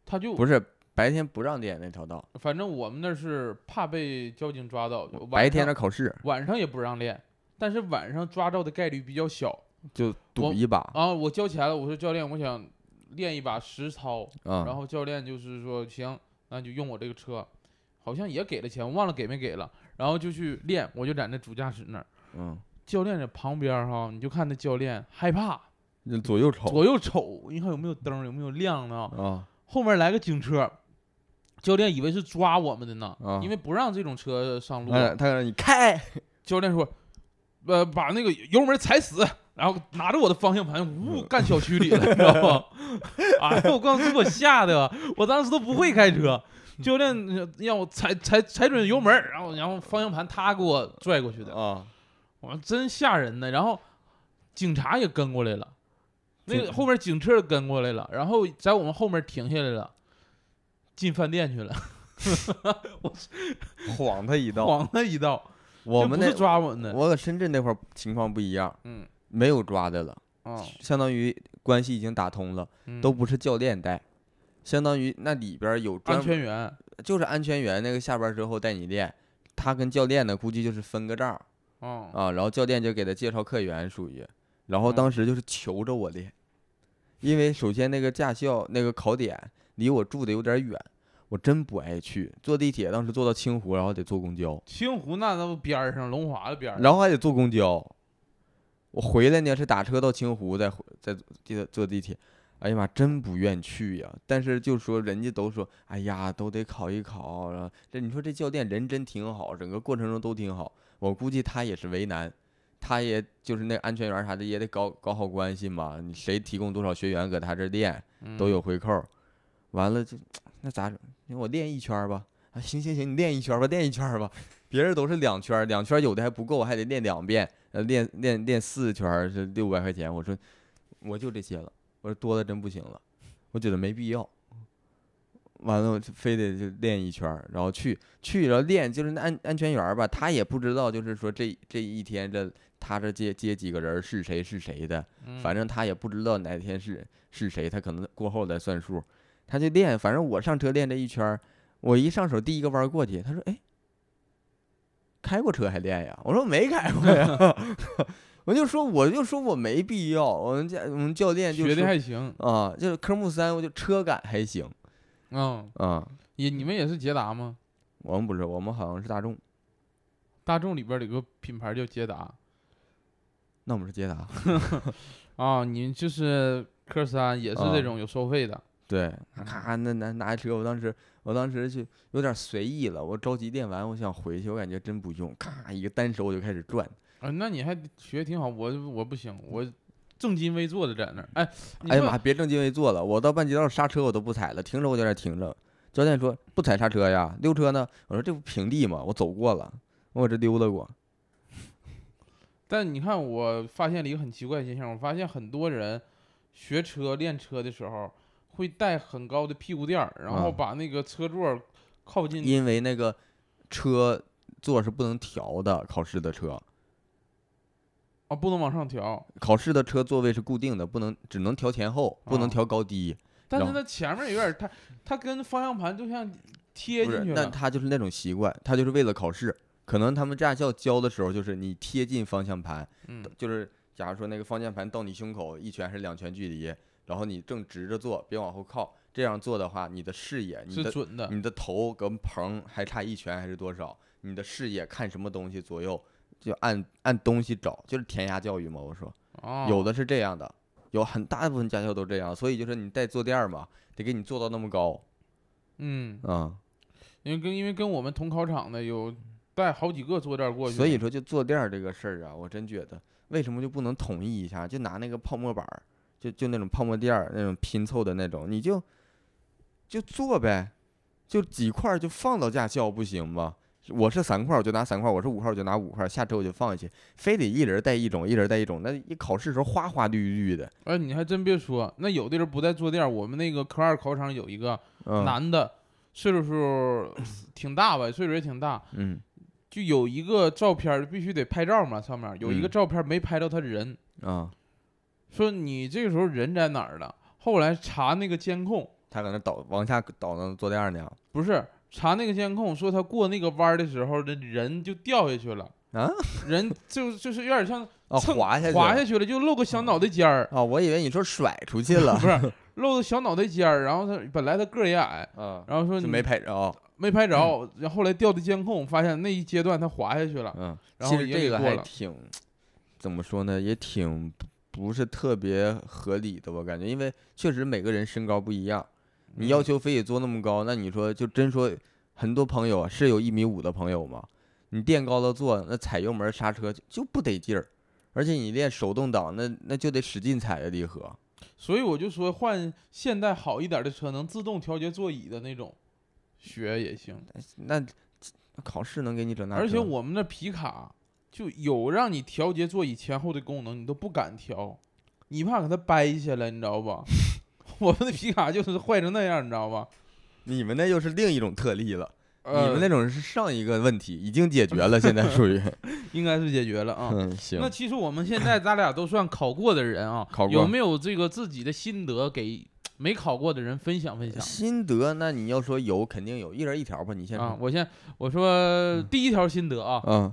Speaker 1: 他就
Speaker 2: 不是白天不让练那条道，
Speaker 1: 反正我们那是怕被交警抓到，晚
Speaker 2: 白天那
Speaker 1: 上
Speaker 2: 考试
Speaker 1: 晚上也不让练，但是晚上抓到的概率比较小
Speaker 2: 就
Speaker 1: 我
Speaker 2: 赌一把
Speaker 1: 啊。我交钱了，我说教练，我想练一把实操，然
Speaker 2: 啊
Speaker 1: 后教练就是说行，那就用我这个车，好像也给了钱，我忘了给没给了，然后就去练，我就在那主驾驶那儿，
Speaker 2: 嗯，
Speaker 1: 教练在旁边儿哈，你就看那教练害怕，
Speaker 2: 那左右瞅
Speaker 1: 左右瞅，你看有没有灯儿，有没有亮呢？
Speaker 2: 啊
Speaker 1: 后面来个警车，教练以为是抓我们的呢，
Speaker 2: 啊哎
Speaker 1: 因为不让这种车上路。
Speaker 2: 他他让你开
Speaker 1: 教练说，呃，把那个油门踩死，然后拿着我的方向盘，呜，
Speaker 2: 嗯
Speaker 1: 干小区里了，你知道吗？ [LAUGHS] 哎呦，我告诉你，给我吓的，我当时都不会开车。教练呃让我踩踩踩准油门，然后然后方向盘他给我拽过去的，
Speaker 2: 啊
Speaker 1: 我真吓人呢。然后警察也跟过来了，那
Speaker 2: 警
Speaker 1: 个后面警车也跟过来了，然后在我们后面停下来了，进饭店去了，
Speaker 2: 晃他一道。
Speaker 1: [LAUGHS] 晃他一道。
Speaker 2: 我
Speaker 1: 这
Speaker 2: 们
Speaker 1: 不
Speaker 2: 那
Speaker 1: 是抓我们的，
Speaker 2: 我搁深圳那块儿情况不一样，
Speaker 1: 嗯
Speaker 2: 没有抓的了。
Speaker 1: 啊，
Speaker 2: 相当于关系已经打通了，
Speaker 1: 嗯
Speaker 2: 都不是教练带，相当于那里边儿有专
Speaker 1: 安
Speaker 2: 门
Speaker 1: 全员
Speaker 2: 就是安全员那个下班之后带你练，他跟教练呢估计就是分个账
Speaker 1: 啊，
Speaker 2: 啊，然后教练就给他介绍客源属于，然后
Speaker 1: 嗯
Speaker 2: 当时就是求着我练，因为首先那个驾校那个考点离我住的有点远，我真不爱去，坐地铁当时坐到清湖，然后得坐公交，
Speaker 1: 青湖那都边儿上，龙华的边儿上，
Speaker 2: 然后还得坐公交。我回来呢是打车到清湖，再回再坐地坐地铁。哎呀妈，真不愿去呀！但是就说人家都说，哎呀，都得考一考。然后这你说这教练人真挺好，整个过程中都挺好。我估计他也是为难，他也就是那安全员啥的也得搞搞好关系嘛。你谁提供多少学员搁他这儿练，都
Speaker 1: 嗯
Speaker 2: 有回扣儿。完了就那咋整？那我练一圈儿吧。啊，行行行，你练一圈儿吧，练一圈儿吧。别人都是两圈儿，两圈儿有的还不够，还得练两遍，呃，练练练四圈儿是六百块钱。我说我就这些了，我说多的真不行了，我觉得没必要。完了，我就非得就练一圈儿，然后去去，然后练，就是那安安全员儿吧，他也不知道，就是说这这一天这他这接接几个人儿是谁是谁的，
Speaker 1: 嗯
Speaker 2: 反正他也不知道哪天是是谁，他可能过后再算数。他就练，反正我上车练这一圈儿，我一上手第一个弯儿过去，他说：“哎，开过车还练呀？”我说：“没开过呀。” [LAUGHS] 我就说我就说我没必要，我们家我们教练就
Speaker 1: 学的
Speaker 2: 说
Speaker 1: 还行，
Speaker 2: 啊，就是科目三，我就车感还行
Speaker 1: 嗯，
Speaker 2: 啊。
Speaker 1: 也你们也是捷达吗？
Speaker 2: 我们不是，我们好像是大众，
Speaker 1: 大众里边儿有个品牌叫捷达
Speaker 2: 那我们是捷达。
Speaker 1: 啊，你就是科三也是
Speaker 2: 啊
Speaker 1: 这种有收费的，
Speaker 2: 对，
Speaker 1: 嗯
Speaker 2: 咔，那拿拿车，我当时我当时就有点随意了，我着急练完，我想回去，我感觉真不用，咔一个单手我就开始转。
Speaker 1: 啊，那你还学挺好，我我不行，我正襟危坐的在那儿。哎，你
Speaker 2: 哎呀
Speaker 1: 说
Speaker 2: 妈，别正襟危坐了，我到半截道刹车我都不踩了，停着我就在那停着。教练说不踩刹车呀，溜车呢？我说这不平地吗？我走过了，我搁这溜达过。
Speaker 1: 但你看，我发现了一个很奇怪的现象，我发现很多人学车练车的时候会带很高的屁股垫儿，然后
Speaker 2: 嗯
Speaker 1: 把那个车座儿靠近。
Speaker 2: 因为那个车座是不能调的，考试的车，
Speaker 1: 啊，不能往上调，
Speaker 2: 考试的车座位是固定的，不能只能调前后，不能
Speaker 1: 啊
Speaker 2: 调高低。
Speaker 1: 但
Speaker 2: 然
Speaker 1: 是
Speaker 2: 后
Speaker 1: 它前面有点儿，它它跟方向盘就像贴
Speaker 2: 不
Speaker 1: 进
Speaker 2: 是，
Speaker 1: 去
Speaker 2: 那
Speaker 1: 了。
Speaker 2: 他就是那种习惯，他就是为了考试。可能他们驾校教的时候，就是你贴近方向盘，
Speaker 1: 嗯，
Speaker 2: 就是假如说那个方向盘到你胸口一拳还是两拳距离，然后你正直着坐，别往后靠。这样做的话，你的视野，你
Speaker 1: 是
Speaker 2: 的嗯
Speaker 1: 准的。
Speaker 2: 你的头跟棚还差一拳还是多少，你的视野看什么东西左右，就按按东西找，就是填鸭教育嘛。我说，
Speaker 1: 啊，
Speaker 2: 有的是这样的，有很大部分驾校都这样，所以就是你带坐垫儿嘛，得给你坐到那么高
Speaker 1: 嗯，
Speaker 2: 啊。
Speaker 1: 因为跟因为跟我们同考场的有带好几个坐垫儿过去的，
Speaker 2: 所以说，就坐垫儿这个事儿啊，我真觉得为什么就不能统一一下？就拿那个泡沫板儿，就就那种泡沫垫儿那种拼凑的那种，你就就做呗，就几块儿就放到驾校不行吗？我是三块儿，我就拿三块儿；我是五块儿，我就拿五块儿。下周我就放下去，非得一人带一种，一人带一种，那一考试时候花花绿绿的，
Speaker 1: 哎，你还真别说，那有的人不带坐垫儿，我们那个科二考场有一个
Speaker 2: 嗯
Speaker 1: 男的，岁数挺大吧，岁数也挺大，
Speaker 2: 嗯
Speaker 1: 就有一个照片儿必须得拍照嘛，上面儿有一个
Speaker 2: 嗯
Speaker 1: 照片儿没拍到他人，
Speaker 2: 啊，
Speaker 1: 说你这个时候人在哪儿了？后来查那个监控，
Speaker 2: 他搁那倒往下倒那坐垫儿呢
Speaker 1: 不是查那个监控，说他过那个弯儿的时候，那人就掉下去了，
Speaker 2: 啊
Speaker 1: 人就就是有点像
Speaker 2: 啊，
Speaker 1: 蹭
Speaker 2: 滑下去
Speaker 1: 滑下去了，就露个小脑袋尖
Speaker 2: [LAUGHS]
Speaker 1: 儿，，
Speaker 2: 啊，我以为你说甩出去了
Speaker 1: 不是露个小脑袋尖儿，然后他本来他个儿也矮，
Speaker 2: 啊，
Speaker 1: 然后说
Speaker 2: 就
Speaker 1: 你
Speaker 2: 没拍着、
Speaker 1: 没拍着，然后后来调的监控，发现那一阶段他滑下去了，
Speaker 2: 嗯，
Speaker 1: 啊然
Speaker 2: 其
Speaker 1: 后
Speaker 2: 实
Speaker 1: 也
Speaker 2: 这
Speaker 1: 给
Speaker 2: 个
Speaker 1: 过
Speaker 2: 还
Speaker 1: 了
Speaker 2: 挺，怎么说呢，也挺不不是特别合理的，我感觉，因为确实每个人身高不一样，
Speaker 1: 嗯
Speaker 2: 你要求非得做那么高，那你说就真说，很多朋友啊是有一米五的朋友吗？你垫高了坐，那踩油门刹车就就不得劲儿，而且你练手动挡，那那就得使劲踩呀，离合。
Speaker 1: 所以我就说换现代好一点的车，能自动调节座椅的那种，学也行。
Speaker 2: 那那考试能给你整那？
Speaker 1: 而且我们那皮卡就有让你调节座椅前后的功能，你都不敢调，你怕给它掰下来，你知道吧？ [LAUGHS] 我们的皮卡就是坏成那样，你知道吧？
Speaker 2: 你们那又是另一种特例了，
Speaker 1: 呃，
Speaker 2: 你们那种是上一个问题已经解决了，现在属
Speaker 1: [LAUGHS]
Speaker 2: 于，
Speaker 1: 应该是解决了啊。
Speaker 2: 嗯，行
Speaker 1: 哦那。其实我们现在咱俩都算考过的人啊，
Speaker 2: 考过
Speaker 1: 有没有这个自己的心得给没考过的人分享分享？
Speaker 2: 心得，那你要说有，啊肯定有，一人一条吧。你先
Speaker 1: 啊，
Speaker 2: 说。
Speaker 1: 我先我说第一条心得啊，
Speaker 2: 嗯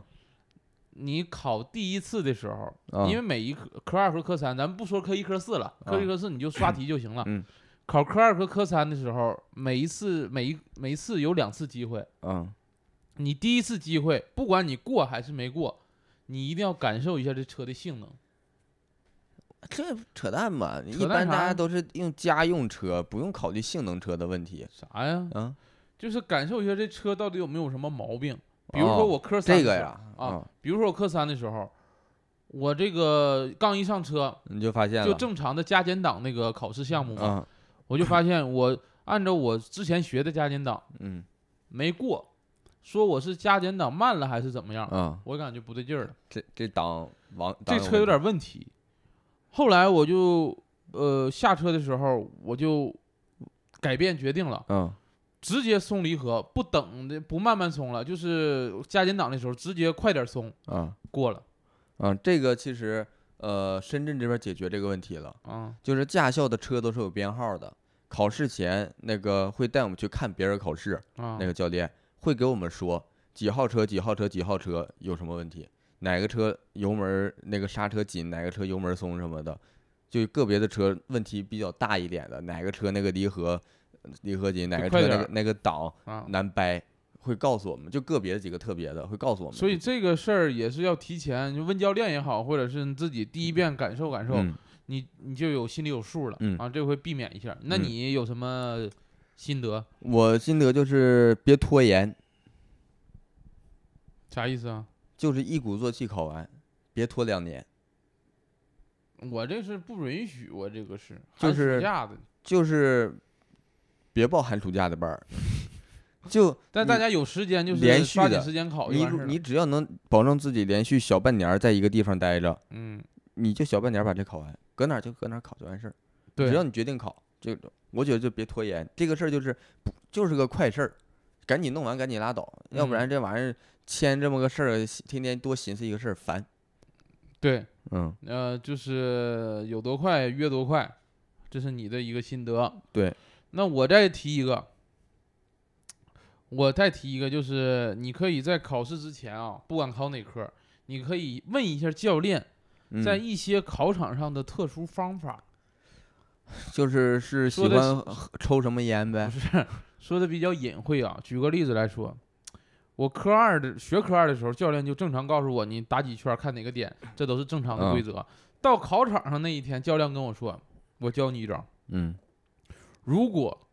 Speaker 1: 你考第一次的时候，
Speaker 2: 啊
Speaker 1: 因为每一科科二和科三，咱们不说科一科四了，科一
Speaker 2: 啊
Speaker 1: 科四你就刷题就行了。
Speaker 2: 嗯
Speaker 1: [CLEARS THROAT] 考科二和科三的时候，每一次每一每一次有两次机会，
Speaker 2: 嗯
Speaker 1: 你第一次机会不管你过还是没过，你一定要感受一下这车的性能。
Speaker 2: 这扯淡吧？一
Speaker 1: 扯淡
Speaker 2: 般大
Speaker 1: 啥
Speaker 2: 家都是用家用车，不用考虑性能车的问题
Speaker 1: 啥呀？
Speaker 2: 啊。
Speaker 1: 就是感受一下这车到底有没有什么毛病。比如说
Speaker 2: 哦
Speaker 1: 我科三、
Speaker 2: 这个呀，
Speaker 1: 啊，比如说我科三的时候，我这个刚一上车
Speaker 2: 嗯，你就发现
Speaker 1: 就
Speaker 2: 了，
Speaker 1: 正常的加减档那个考试项目嘛，
Speaker 2: 啊，
Speaker 1: 我就发现我按照我之前学的加减档
Speaker 2: 嗯
Speaker 1: 没过，说我是加减档慢了还是怎么样，
Speaker 2: 啊，
Speaker 1: 我感觉不对劲儿了，
Speaker 2: 这这档王
Speaker 1: 这车有，点问题。后来我就呃下车的时候我就改变决定了。
Speaker 2: 档
Speaker 1: 直接松离合，不等的不慢慢松了，就是加减档的时候直接快点松
Speaker 2: 有问题嗯啊
Speaker 1: 过了
Speaker 2: 啊，这个其实呃，深圳这边解决这个问题了，
Speaker 1: 啊
Speaker 2: 就是驾校的车都是有编号的，考试前那个会带我们去看别人考试，
Speaker 1: 啊
Speaker 2: 那个教练会给我们说几号车、几号车、几号车有什么问题，哪个车油门儿那个刹车紧，哪个车油门儿松什么的，就个别的车问题比较大一点的，哪个车那个离合离合紧，哪
Speaker 1: 就
Speaker 2: 个
Speaker 1: 快
Speaker 2: 车那
Speaker 1: 点
Speaker 2: 个
Speaker 1: 儿
Speaker 2: 那个档
Speaker 1: 啊，
Speaker 2: 难掰，会告诉我们，就个别的几个特别的会告诉我们。
Speaker 1: 所以这个事儿也是要提前就问教练也好，或者是你自己第一遍感受感受，
Speaker 2: 嗯，
Speaker 1: 你你就有心里有数了、
Speaker 2: 嗯
Speaker 1: 啊，这回避免一下。那
Speaker 2: 嗯
Speaker 1: 你有什么心得？
Speaker 2: 我心得就是别拖延，
Speaker 1: 啥意思啊？
Speaker 2: 就是一鼓作气考完，别拖两年。
Speaker 1: 我这是不允许，我这个是
Speaker 2: 就
Speaker 1: 寒暑
Speaker 2: 是
Speaker 1: 假的，
Speaker 2: 就是别报寒暑假的班儿， [LAUGHS] 就
Speaker 1: 但
Speaker 2: 你
Speaker 1: 大家有时间就是
Speaker 2: 连续
Speaker 1: 抓紧
Speaker 2: 的
Speaker 1: 时间考就
Speaker 2: 你
Speaker 1: 完事
Speaker 2: 如
Speaker 1: 儿
Speaker 2: 你
Speaker 1: 了
Speaker 2: 只要能保证自己连续小半年儿在一个地方待着，
Speaker 1: 嗯，
Speaker 2: 你就小半年儿把这考完，搁哪儿就搁哪儿考就完事儿。
Speaker 1: 对，
Speaker 2: 只要你决定考，就我觉得就别拖延，这个事儿就是不就是个快事儿，赶紧弄完赶紧拉倒，要不
Speaker 1: 嗯
Speaker 2: 然这玩意儿签这么个事儿，天天多寻思一个事儿烦。
Speaker 1: 对，
Speaker 2: 嗯，
Speaker 1: 呃，就是有多快约多快，这是你的一个心得。
Speaker 2: 对，
Speaker 1: 那我再提一个，我再提一个，就是你可以在考试之前啊，不管考哪科，你可以问一下教练，
Speaker 2: 嗯
Speaker 1: 在一些考场上的特殊方法，
Speaker 2: 就是是喜
Speaker 1: 说的
Speaker 2: 欢喝抽什么烟呗
Speaker 1: 不，是说的比较隐晦啊。举个例子来说。我科二的学科二的时候，教练就正常告诉我你打几圈看哪个点，这都是正常的规
Speaker 2: 嗯
Speaker 1: 则。到考场上那一天，教练跟我说：“我教你一招，
Speaker 2: 嗯
Speaker 1: 如果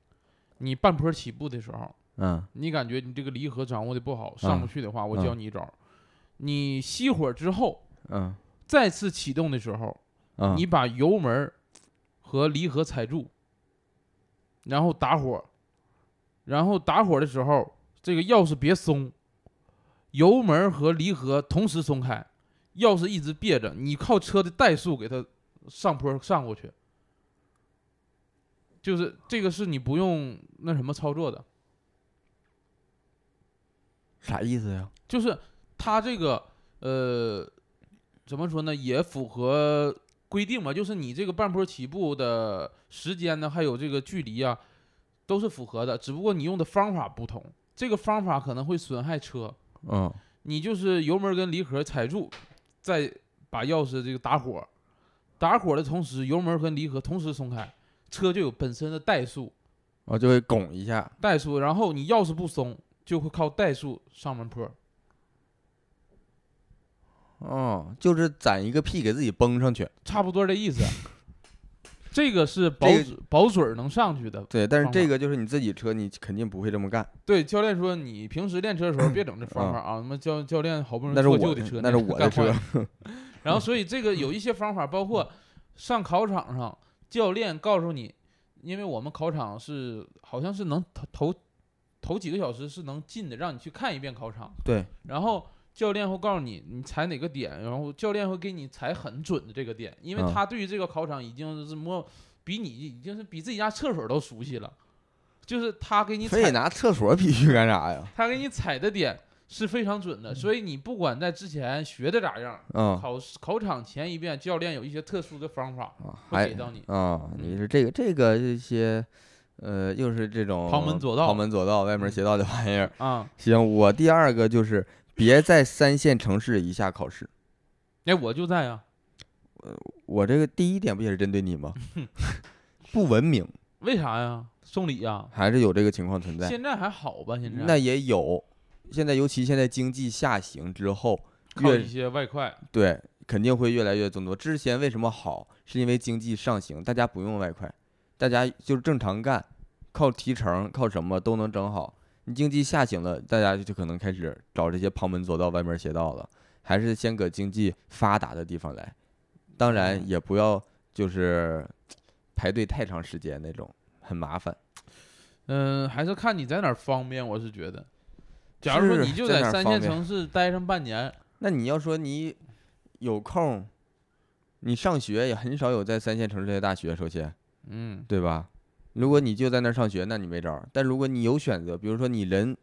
Speaker 1: 你半坡起步的时候，
Speaker 2: 嗯
Speaker 1: 你感觉你这个离合掌握的不好，上不去的话，我
Speaker 2: 嗯
Speaker 1: 教你一招儿：你熄火之后，
Speaker 2: 嗯
Speaker 1: 再次启动的时候，
Speaker 2: 嗯，
Speaker 1: 你把油门儿和离合踩住，然后打火，然后打火的时候，这个钥匙别松，油门儿和离合同时松开，钥匙一直别着，你靠车的怠速给它上坡上过去。就是这个是你不用那什么操作的，
Speaker 2: 啥意思呀？
Speaker 1: 就是它这个呃，怎么说呢，也符合规定吧？就是你这个半坡起步的时间呢，还有这个距离啊，都是符合的，只不过你用的方法不同，这个方法可能会损害车。
Speaker 2: 嗯
Speaker 1: 你就是油门跟离合踩住，再把钥匙这个打火，打火的同时，油门和离合同时松开，车就有本身的怠速，
Speaker 2: 我就会拱一下，
Speaker 1: 怠速，然后你钥匙不松，就会靠怠速上门坡。
Speaker 2: 哦，就是攒一个屁给自己崩上去。
Speaker 1: 差不多这 [LAUGHS] 意思。这个是保
Speaker 2: 这个
Speaker 1: 准保准儿能上去的。
Speaker 2: 对，但是
Speaker 1: 方
Speaker 2: 这
Speaker 1: 法
Speaker 2: 个就是你自己车，你肯定不会这么干。
Speaker 1: 对，教练说你平时练车的时候别整这方法啊，他妈教教练好不容易
Speaker 2: 嗯那是
Speaker 1: 做
Speaker 2: 我
Speaker 1: 旧
Speaker 2: 的
Speaker 1: 车，
Speaker 2: 那是我的
Speaker 1: 干坏
Speaker 2: 车
Speaker 1: 了。
Speaker 2: [LAUGHS]
Speaker 1: 然后所以这个有一些方法，包括上考场上教练告诉你，因为我们考场是好像是能头头头几个小时是能进的，让你去看一遍考场。
Speaker 2: 对，
Speaker 1: 然后教练会告诉你你踩哪个点，然后教练会给你踩很准的这个点，因
Speaker 2: 嗯
Speaker 1: 为他对于这个考场已经是摸比你已经是比自己家厕所都熟悉了，就是他给你
Speaker 2: 非得
Speaker 1: 踩
Speaker 2: 拿厕所比喻干啥呀？
Speaker 1: 他给你踩的点是非常准的，所以你不管在之前学的咋样，
Speaker 2: 嗯
Speaker 1: 考试考场前一遍教练有一些特殊的方法
Speaker 2: 啊，
Speaker 1: 会
Speaker 2: 还
Speaker 1: 给到你。
Speaker 2: 啊，你是这个这个这些，呃，又是这种
Speaker 1: 旁门左道嗯
Speaker 2: 旁门左道、歪门邪道的玩意儿。
Speaker 1: 啊、
Speaker 2: 行，我第二个就是别在三线城市以下考试。
Speaker 1: 哎，我就在呀，
Speaker 2: 我这个第一点不也是针对你
Speaker 1: [LAUGHS]
Speaker 2: 吗？不文明
Speaker 1: 为啥呀？送礼呀？
Speaker 2: 还是有这个情况存在。
Speaker 1: 现在还好吧？现在
Speaker 2: 那也有，现在尤其现在经济下行之后，
Speaker 1: 靠
Speaker 2: 越
Speaker 1: 一些外快，
Speaker 2: 对肯定会越来越增多。之前为什么好，是因为经济上行，大家不用外快，大家就是正常干，靠提成靠什么都能整好。你经济下行了，大家就可能开始找这些旁门左道、歪门邪道了，还是先搁经济发达的地方来。当然也不要就是排队太长时间那种，很麻烦。
Speaker 1: 嗯，还是看你在哪儿方便。我是觉得，假如说
Speaker 2: 是
Speaker 1: 你就
Speaker 2: 在哪儿
Speaker 1: 三
Speaker 2: 方
Speaker 1: 线
Speaker 2: 便
Speaker 1: 城市待上半年，
Speaker 2: 那你要说你有空，你上学也很少有在三线城市的大学，首先
Speaker 1: 嗯，
Speaker 2: 对吧？如果你就在那儿上学，那你没招儿。但如果你有选择，比如说你人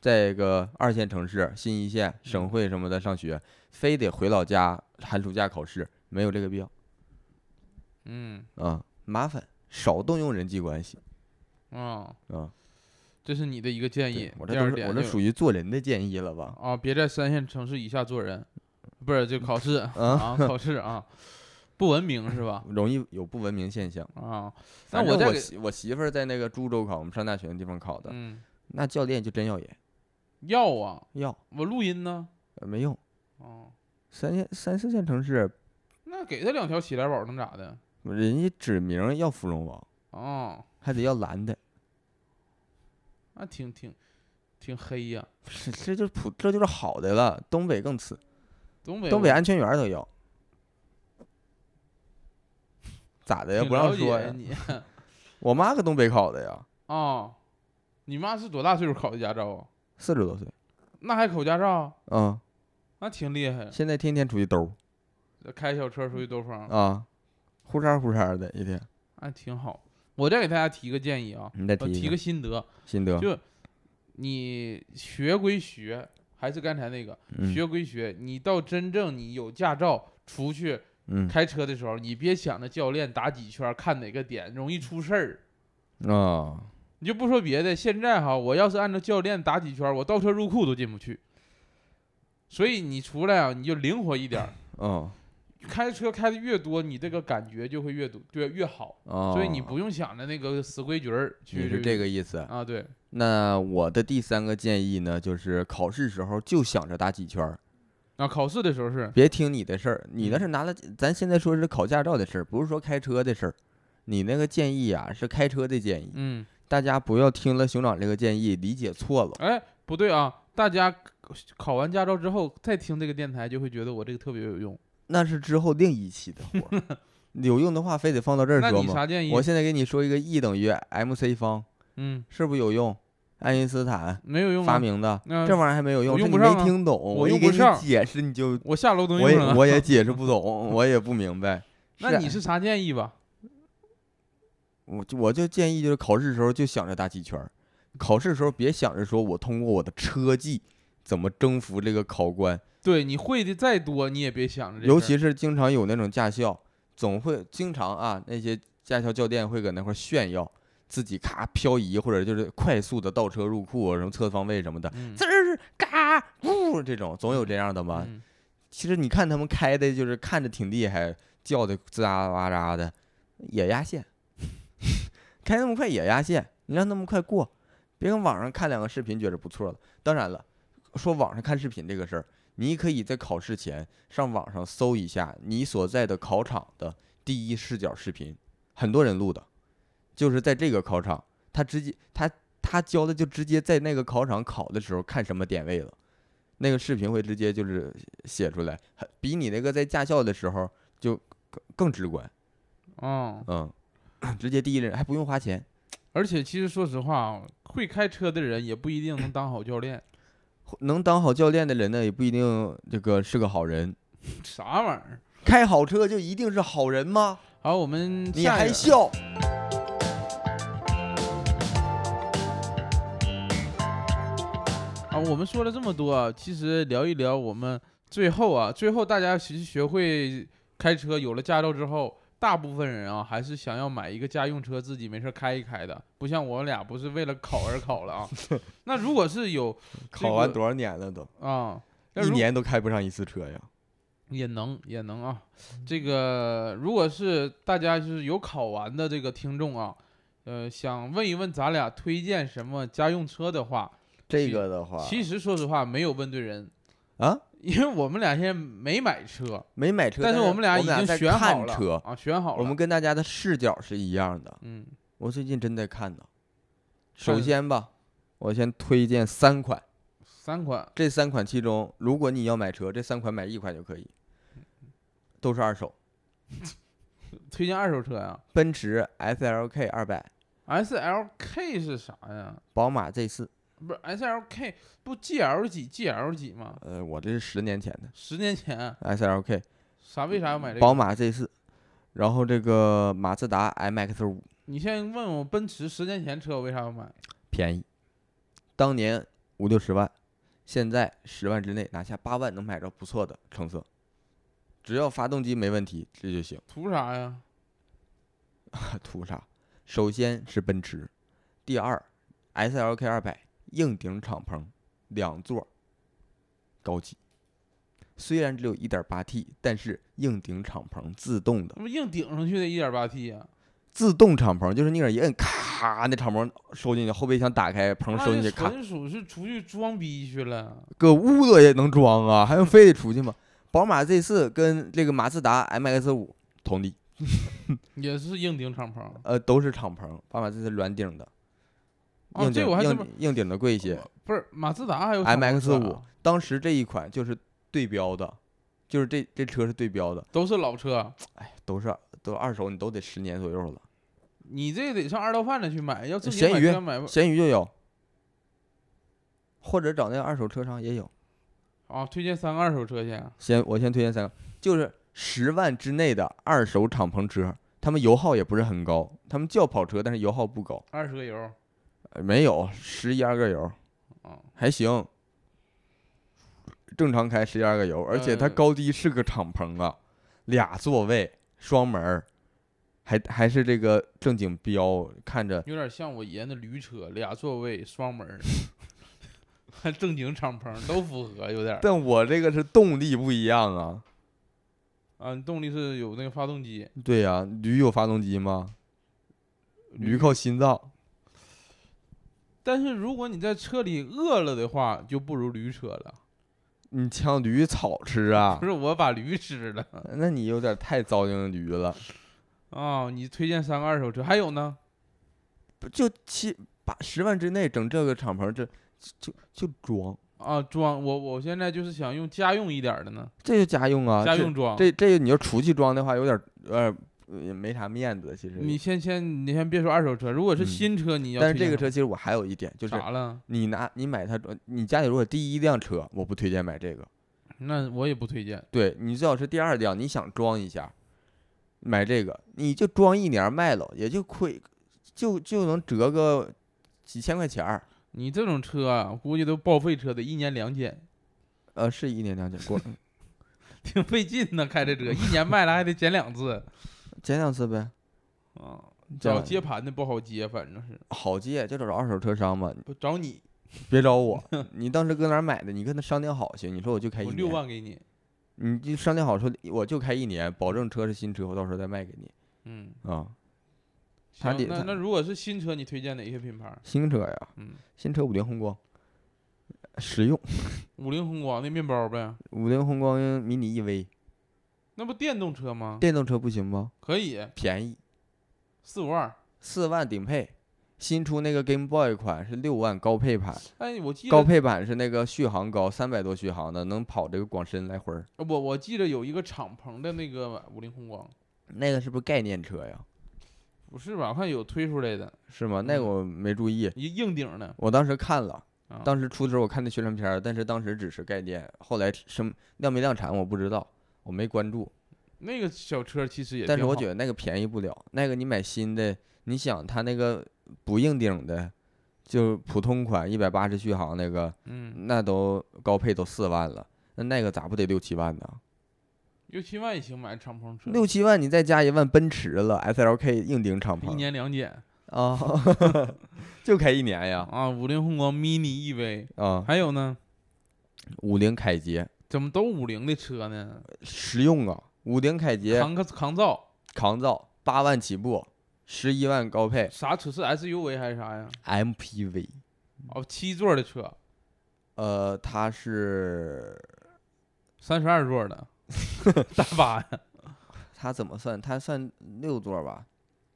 Speaker 2: 在个二线城市、新一线、
Speaker 1: 嗯
Speaker 2: 省会什么的上学，非得回老家寒暑假考试，没有这个必要
Speaker 1: 嗯
Speaker 2: 啊、麻烦，少动用人际关系
Speaker 1: 啊，
Speaker 2: 啊、
Speaker 1: 这是你的一个建
Speaker 2: 对
Speaker 1: 议。
Speaker 2: 我
Speaker 1: 第
Speaker 2: 这
Speaker 1: 二
Speaker 2: 都是
Speaker 1: 点
Speaker 2: 我这
Speaker 1: 就
Speaker 2: 属于做人的建议了吧？
Speaker 1: 啊，别在三线城市以下做人，不是就考试
Speaker 2: 嗯
Speaker 1: 啊，考试
Speaker 2: [LAUGHS]
Speaker 1: 啊，不文明是吧？
Speaker 2: 容易有不文明现象。
Speaker 1: 啊，那
Speaker 2: 反
Speaker 1: 我
Speaker 2: 正
Speaker 1: 再
Speaker 2: 我
Speaker 1: 给
Speaker 2: 媳我媳妇儿在那个株洲考，我们上大学的地方考的，
Speaker 1: 嗯，
Speaker 2: 那教练就真要严，
Speaker 1: 要啊，
Speaker 2: 要
Speaker 1: 我录音呢。
Speaker 2: 呃没用。
Speaker 1: 哦，
Speaker 2: 三线三四线城市，
Speaker 1: 那给他两条喜来宝能咋的？
Speaker 2: 人家指名要芙蓉王，
Speaker 1: 哦，
Speaker 2: 还得要蓝的，
Speaker 1: 那挺挺挺黑呀、
Speaker 2: 这这就是普，这就是好的了。东北更次，
Speaker 1: 东北
Speaker 2: 东北
Speaker 1: 我
Speaker 2: 安全员儿都
Speaker 1: [LAUGHS]
Speaker 2: 要。咋的呀？
Speaker 1: 挺
Speaker 2: 不让
Speaker 1: 了解
Speaker 2: 说呀？
Speaker 1: 你
Speaker 2: 我妈搁东北考的呀，
Speaker 1: 哦，你妈是多大岁数考的驾照啊？
Speaker 2: 四十多岁，
Speaker 1: 那还考驾照？
Speaker 2: 啊、
Speaker 1: 那挺厉害，
Speaker 2: 现在天天出去兜
Speaker 1: 开小车出去兜
Speaker 2: 儿
Speaker 1: 风，
Speaker 2: 啊，呼哧呼哧的一天。
Speaker 1: 那挺好。我再给大家提个建议啊，
Speaker 2: 你再
Speaker 1: 我
Speaker 2: 提一
Speaker 1: 提
Speaker 2: 个
Speaker 1: 个心得，
Speaker 2: 心得，
Speaker 1: 就你学归学，还是刚才那个、
Speaker 2: 嗯
Speaker 1: 学归学，你到真正你有驾照出去
Speaker 2: 嗯
Speaker 1: 开车的时候，你别想着教练打几圈，看哪个点容易出事儿。
Speaker 2: 啊，
Speaker 1: 你就不说别的，现在哈，我要是按照教练打几圈，我倒车入库都进不去。所以你出来啊，你就灵活一点儿，
Speaker 2: 嗯
Speaker 1: 开车开的越多，你这个感觉就会越多，对越好。
Speaker 2: 啊，
Speaker 1: 所以你不用想着那个死规矩儿去
Speaker 2: 你是这个意思？
Speaker 1: 啊，对，
Speaker 2: 那我的第三个建议呢，就是考试时候就想着打几圈儿，
Speaker 1: 啊，考试的时候是
Speaker 2: 别听你的事儿。你
Speaker 1: 嗯
Speaker 2: 那是拿了，咱现在说是考驾照的事儿，不是说开车的事儿。你那个建议啊，是开车的建议，
Speaker 1: 嗯，
Speaker 2: 大家不要听了熊掌这个建议理解错了。
Speaker 1: 哎，不对啊，大家考完驾照之后再听这个电台，就会觉得我这个特别有用。
Speaker 2: 那是之后另一期的活
Speaker 1: [LAUGHS]
Speaker 2: 儿，有用的话非得放到这儿
Speaker 1: 那
Speaker 2: 说
Speaker 1: 你
Speaker 2: 吗？
Speaker 1: 啥建议？
Speaker 2: 我现在给你说一个 E 等于 mc 方，
Speaker 1: 嗯，
Speaker 2: 是不是有用？爱因斯坦
Speaker 1: 没有用、啊，
Speaker 2: 发明的，
Speaker 1: 嗯
Speaker 2: 这玩意儿还没有用，
Speaker 1: 我
Speaker 2: 是
Speaker 1: 用
Speaker 2: 你
Speaker 1: 不上
Speaker 2: 没
Speaker 1: 啊
Speaker 2: 听懂，
Speaker 1: 我
Speaker 2: 一
Speaker 1: 用
Speaker 2: 给
Speaker 1: 不
Speaker 2: 你
Speaker 1: 上
Speaker 2: 解释你就
Speaker 1: 我下楼都
Speaker 2: 我
Speaker 1: 用
Speaker 2: 也
Speaker 1: 上了。
Speaker 2: 我也解释不懂，我也不明白。
Speaker 1: [LAUGHS] 那
Speaker 2: 是啊
Speaker 1: 你是啥建议吧？
Speaker 2: 我就我就建议就是考试时候就想着打几圈儿，考试时候别想着说我通过我的车技怎么征服这个考官，
Speaker 1: 对，你会的再多，你也别想着这事儿。
Speaker 2: 尤其是经常有那种驾校，总会经常啊那些驾校教练会搁那块儿炫耀自己咔漂移或者就是快速的倒车入库啊什么侧方位什么的，
Speaker 1: 嗯
Speaker 2: 滋儿嘎呜这种总有这样的吧，
Speaker 1: 嗯
Speaker 2: 其实你看他们开的，就是看着挺厉害，叫的吱啊哇喳的，也压线， [LAUGHS] 开那么快也压线，你让那么快过，别跟网上看两个视频觉着不错了。当然了，说网上看视频这个事儿，你可以在考试前上网上搜一下你所在的考场的第一视角视频，很多人录的，就是在这个考场，他直接他他教的就直接在那个考场考的时候看什么点位了。那个视频会直接就是写出来，很比你那个在驾校的时候就更更直观，
Speaker 1: 哦，
Speaker 2: 嗯，直接第一人还不用花钱，
Speaker 1: 而且其实说实话啊，会开车的人也不一定能当好教练， [LAUGHS]
Speaker 2: 能当好教练的人呢，也不一定这个是个好人。
Speaker 1: 啥玩意儿？
Speaker 2: 开好车就一定是好人吗？
Speaker 1: 好，我们
Speaker 2: 你
Speaker 1: 下一
Speaker 2: 还
Speaker 1: 个
Speaker 2: 笑？
Speaker 1: 啊？我们说了这么多啊，其实聊一聊我们最后啊，最后大家其实学会开车，有了驾照之后，大部分人啊还是想要买一个家用车，自己没事儿开一开的，不像我们俩不
Speaker 2: [LAUGHS]
Speaker 1: 是为了考而考了啊。那如果是有
Speaker 2: 考完多少年了都？
Speaker 1: 啊、但
Speaker 2: 一
Speaker 1: 如
Speaker 2: 年都开不上一次车呀。
Speaker 1: 也能也能啊，
Speaker 2: 嗯
Speaker 1: 这个如果是大家就是有考完的这个听众啊，呃，想问一问咱俩推荐什么家用车的话，
Speaker 2: 这
Speaker 1: 其
Speaker 2: 个的话
Speaker 1: 其实说实话没有问对人，
Speaker 2: 啊，
Speaker 1: 因为我们俩现在没买车，
Speaker 2: 没买车，
Speaker 1: 但
Speaker 2: 是
Speaker 1: 我们俩已经
Speaker 2: 在
Speaker 1: 选好
Speaker 2: 看
Speaker 1: 了
Speaker 2: 车，
Speaker 1: 啊，选好了。
Speaker 2: 我们跟大家的视角是一样的。
Speaker 1: 嗯，
Speaker 2: 我最近真在看呢。首
Speaker 1: 看
Speaker 2: 先吧，我先推荐三款，
Speaker 1: 三款
Speaker 2: 这三款其中，如果你要买车，这三款买一款就可以，都是二手。
Speaker 1: 推荐二手车呀
Speaker 2: 奔驰 SLK 二百，
Speaker 1: ，S L K 是啥呀？
Speaker 2: 宝马 Z 四，
Speaker 1: 不是 S L K 不 G L 几 G L 几吗？
Speaker 2: 呃，我这是十年前的
Speaker 1: 十年前
Speaker 2: SLK，
Speaker 1: 啥为啥要买这
Speaker 2: 宝
Speaker 1: 个？
Speaker 2: 马 Z 四，然后这个马自达 MX 五
Speaker 1: 你现在问我奔驰十年前车我为啥要买？
Speaker 2: 便宜，当年五六十万，现在十万之内拿下八万能买着不错的成色，只要发动机没问题，这就行。
Speaker 1: 图啥呀？
Speaker 2: 图啥？首先是奔驰，第二 S L K 二百硬顶敞篷，两座，高级。虽然只有一点八 T，但是硬顶敞篷自动的
Speaker 1: 那，不硬顶上去的 1.8T 呀、
Speaker 2: 自动敞篷就是你往一摁，咔，那敞篷收进去，后备箱打开，
Speaker 1: 啊那
Speaker 2: 篷收进
Speaker 1: 就
Speaker 2: 去，咔，
Speaker 1: 纯属是出去装逼去了。
Speaker 2: 搁屋子也能装啊，还用非得出去吗？宝马 Z 四跟这个马自达 MX 五同理，
Speaker 1: 也是硬顶敞篷
Speaker 2: 呃，都是敞篷，宝马 Z 四软顶的，
Speaker 1: 啊，
Speaker 2: 硬
Speaker 1: 这
Speaker 2: 顶、
Speaker 1: 我还真不哦
Speaker 2: 硬硬顶的贵一些。
Speaker 1: 不是马自达还有敞篷
Speaker 2: MX
Speaker 1: 车
Speaker 2: 五
Speaker 1: 啊，
Speaker 2: 当时这一款就是对标的，就是这这车是对标的，
Speaker 1: 都是老车，
Speaker 2: 都是都二手，你都得十年左右了。
Speaker 1: 你这得上二道贩子去买，要自己
Speaker 2: 闲
Speaker 1: 买
Speaker 2: 鱼
Speaker 1: 车买不
Speaker 2: 闲鱼就有，或者找那个二手车商也有。
Speaker 1: 啊。推荐三个二手车去，
Speaker 2: 先我先推荐三个，就是十万之内的二手敞篷车，他们油耗也不是很高，他们叫跑车，但是油耗不高，
Speaker 1: 二十个油
Speaker 2: 呃没有十一二个油
Speaker 1: 啊，
Speaker 2: 还行。正常开十一二个油，而且它
Speaker 1: 呃
Speaker 2: 高低是个敞篷啊，俩座位，双门儿，还还是这个正经标，看着
Speaker 1: 有点像我爷那驴车，俩座位双门儿， [LAUGHS] 还正经敞篷都符合，有点儿
Speaker 2: 但我这个是动力不一样啊。
Speaker 1: 啊。你动力是有那个发动机，
Speaker 2: 对呀、驴有发动机吗？驴靠心脏，
Speaker 1: 但是如果你在车里饿了的话，就不如驴车了。
Speaker 2: 你抢驴草吃啊
Speaker 1: [LAUGHS] 不？是我把驴吃了
Speaker 2: 那你有点太糟践驴了。
Speaker 1: 啊、你推荐三个二手车，还有呢？
Speaker 2: 不就七八十万之内整这个敞篷，这就就装，
Speaker 1: 啊，装我我现在就是想用家用一点儿的呢，
Speaker 2: 这就家用啊，
Speaker 1: 家
Speaker 2: 这
Speaker 1: 用装。
Speaker 2: 这这你要出去装的话，有点儿呃也没啥面子，其实。
Speaker 1: 你先先你先别说二手车，如果是
Speaker 2: 嗯
Speaker 1: 新车，你要
Speaker 2: 但是
Speaker 1: 推荐什么。
Speaker 2: 这个车其实我还有一点，就是
Speaker 1: 啥了？
Speaker 2: 你拿你买它装，你家里如果第一辆车，我不推荐买这个，
Speaker 1: 那我也不推荐。
Speaker 2: 对你最好是第二辆，你想装一下，买这个你就装一年儿卖了，也就亏，就就能折个几千块钱儿。
Speaker 1: 你这种车啊，估计都报废车得一年两检，
Speaker 2: 呃，是一年两检，
Speaker 1: [LAUGHS]
Speaker 2: 过
Speaker 1: 挺费劲呢。开这车一年卖了还得检两次
Speaker 2: 减两次呗。
Speaker 1: 啊。
Speaker 2: 这
Speaker 1: 找
Speaker 2: 样
Speaker 1: 接盘的不好接，反正是
Speaker 2: 好借就找着二手车商嘛，
Speaker 1: 不找你，
Speaker 2: 别
Speaker 1: [LAUGHS]
Speaker 2: 找我。你当时搁哪儿买的？你跟他商量好行。你说我就开一
Speaker 1: 我
Speaker 2: 年，
Speaker 1: 六万给你。
Speaker 2: 你就商量好说，我就开一年，保证车是新车，我到时候再卖给你
Speaker 1: 嗯，
Speaker 2: 啊、他得
Speaker 1: 行，那
Speaker 2: 他
Speaker 1: 那如果是新车，你推荐哪些品牌？
Speaker 2: 新车呀，
Speaker 1: 嗯，
Speaker 2: 新车五菱宏光，实用。
Speaker 1: 五菱宏光那面包呗，
Speaker 2: 五菱宏光迷你 EV
Speaker 1: 那不电动车吗？
Speaker 2: 电动车不行吗？
Speaker 1: 可以，
Speaker 2: 便宜，
Speaker 1: 四五二。
Speaker 2: 四万顶配。新出那个 Game Boy 款是六万高配版，
Speaker 1: 哎，我记
Speaker 2: 高
Speaker 1: 得
Speaker 2: 配版是那个续航高，三百多续航的，能跑这个广深来回儿。
Speaker 1: 我我记得有一个敞篷的那个五菱宏光，
Speaker 2: 那个是不是概念车呀？
Speaker 1: 不是吧？我看有推出来的，
Speaker 2: 是吗？那个
Speaker 1: 嗯
Speaker 2: 我没注意，
Speaker 1: 一硬顶的。
Speaker 2: 我当时看了，
Speaker 1: 啊
Speaker 2: 当时出的时候我看那宣传片儿，但是当时只是概念，后来什量没量产我不知道，我没关注。
Speaker 1: 那个小车其实也挺好，
Speaker 2: 但是我觉得那个便宜不了，那个你买新的，你想它那个不硬顶的，就普通款一百八十续航那个，
Speaker 1: 嗯，
Speaker 2: 那都高配都四万了，那那个咋不得六七万呢？
Speaker 1: 六七万也行买敞篷车，
Speaker 2: 六七万你再加一万奔驰了，S L K 硬顶敞
Speaker 1: 一
Speaker 2: 篷
Speaker 1: 年两检
Speaker 2: 啊， [LAUGHS] 就开一年呀
Speaker 1: 啊，五菱宏光 mini EV，
Speaker 2: 啊，
Speaker 1: 还有呢，
Speaker 2: 五菱凯捷
Speaker 1: 怎么都五菱的车呢？
Speaker 2: 实用啊，五菱凯捷
Speaker 1: 扛个扛造，
Speaker 2: 抗造八万起步，十一万高配
Speaker 1: 啥车是 SUV 还是啥呀？
Speaker 2: MPV，
Speaker 1: 哦，七座的车，
Speaker 2: 呃，它是
Speaker 1: 三十二座
Speaker 2: [LAUGHS]
Speaker 1: 的大巴呀，
Speaker 2: 它怎么算？它算六座吧？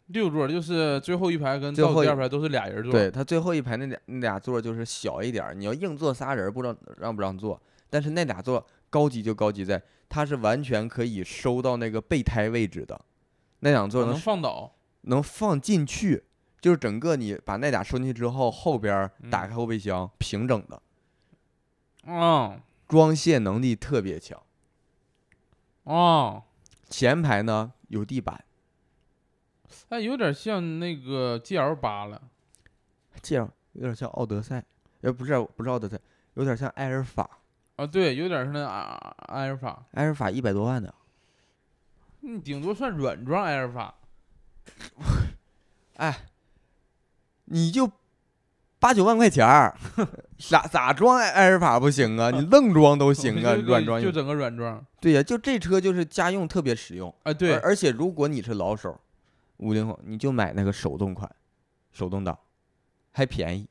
Speaker 1: 六座就是最后一排跟
Speaker 2: 最
Speaker 1: 倒数
Speaker 2: 后
Speaker 1: 第
Speaker 2: 一
Speaker 1: 二排都是俩人座，
Speaker 2: 对，它最后一排那俩那俩座就是小一点儿，你要硬坐仨人儿，不知道让不让坐。但是那俩座高级就高级在，它是完全可以收到那个备胎位置的，那两座
Speaker 1: 啊能
Speaker 2: 能
Speaker 1: 放倒，
Speaker 2: 能放进去，就是整个你把那俩收进去之后，后边儿打
Speaker 1: 嗯
Speaker 2: 开后备箱、平整的，
Speaker 1: 嗯
Speaker 2: 装卸能力特别强。
Speaker 1: 嗯，
Speaker 2: 前排呢有地板，
Speaker 1: 那有点像那个 GL 八了，
Speaker 2: 这样有点像奥德赛，呃，不是不是奥德赛，有点像埃尔法，
Speaker 1: 啊，对，有点像那阿埃尔法，
Speaker 2: 埃尔法一百多万的，
Speaker 1: 嗯，顶多算软装埃尔法，
Speaker 2: 哎，你就八九万块钱儿， [LAUGHS] 咋咋装埃尔法不行啊？你愣装都行啊，
Speaker 1: 嗯 [LAUGHS] 就
Speaker 2: 软装
Speaker 1: 就
Speaker 2: 也
Speaker 1: 整个软装，
Speaker 2: 对呀、就这车就是家用特别实用，
Speaker 1: 啊，
Speaker 2: 而
Speaker 1: 对，
Speaker 2: 而且如果你是老手，五零后你就买那个手动款，手动挡还便宜，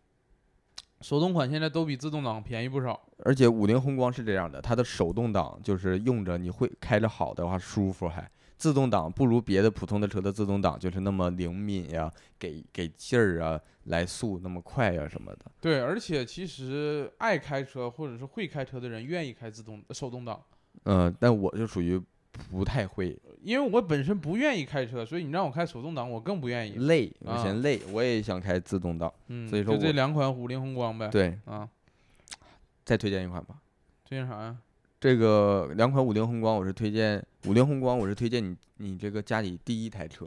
Speaker 1: 手动款现在都比自动挡便宜不少，
Speaker 2: 而且五菱宏光是这样的，它的手动挡就是用着你会开着好的话舒服还，自动挡不如别的普通的车的自动挡就是那么灵敏呀、给给劲儿啊，来速那么快呀、什么的。
Speaker 1: 对，而且其实爱开车或者是会开车的人愿意开自动手动挡，
Speaker 2: 嗯、但我就属于不太会
Speaker 1: 因为我本身不愿意开车，所以你让我开手动挡，我更不愿意。
Speaker 2: 累，我
Speaker 1: 啊
Speaker 2: 嫌累，我也想开自动挡。
Speaker 1: 嗯，
Speaker 2: 嗯所以说
Speaker 1: 就这
Speaker 2: 我
Speaker 1: 两款五菱宏光呗。
Speaker 2: 对，
Speaker 1: 啊，
Speaker 2: 再推荐一款吧。
Speaker 1: 推荐啥呀？
Speaker 2: 这个两款五菱宏光，我是推荐五菱宏光，我是推荐你你这个家里第一台车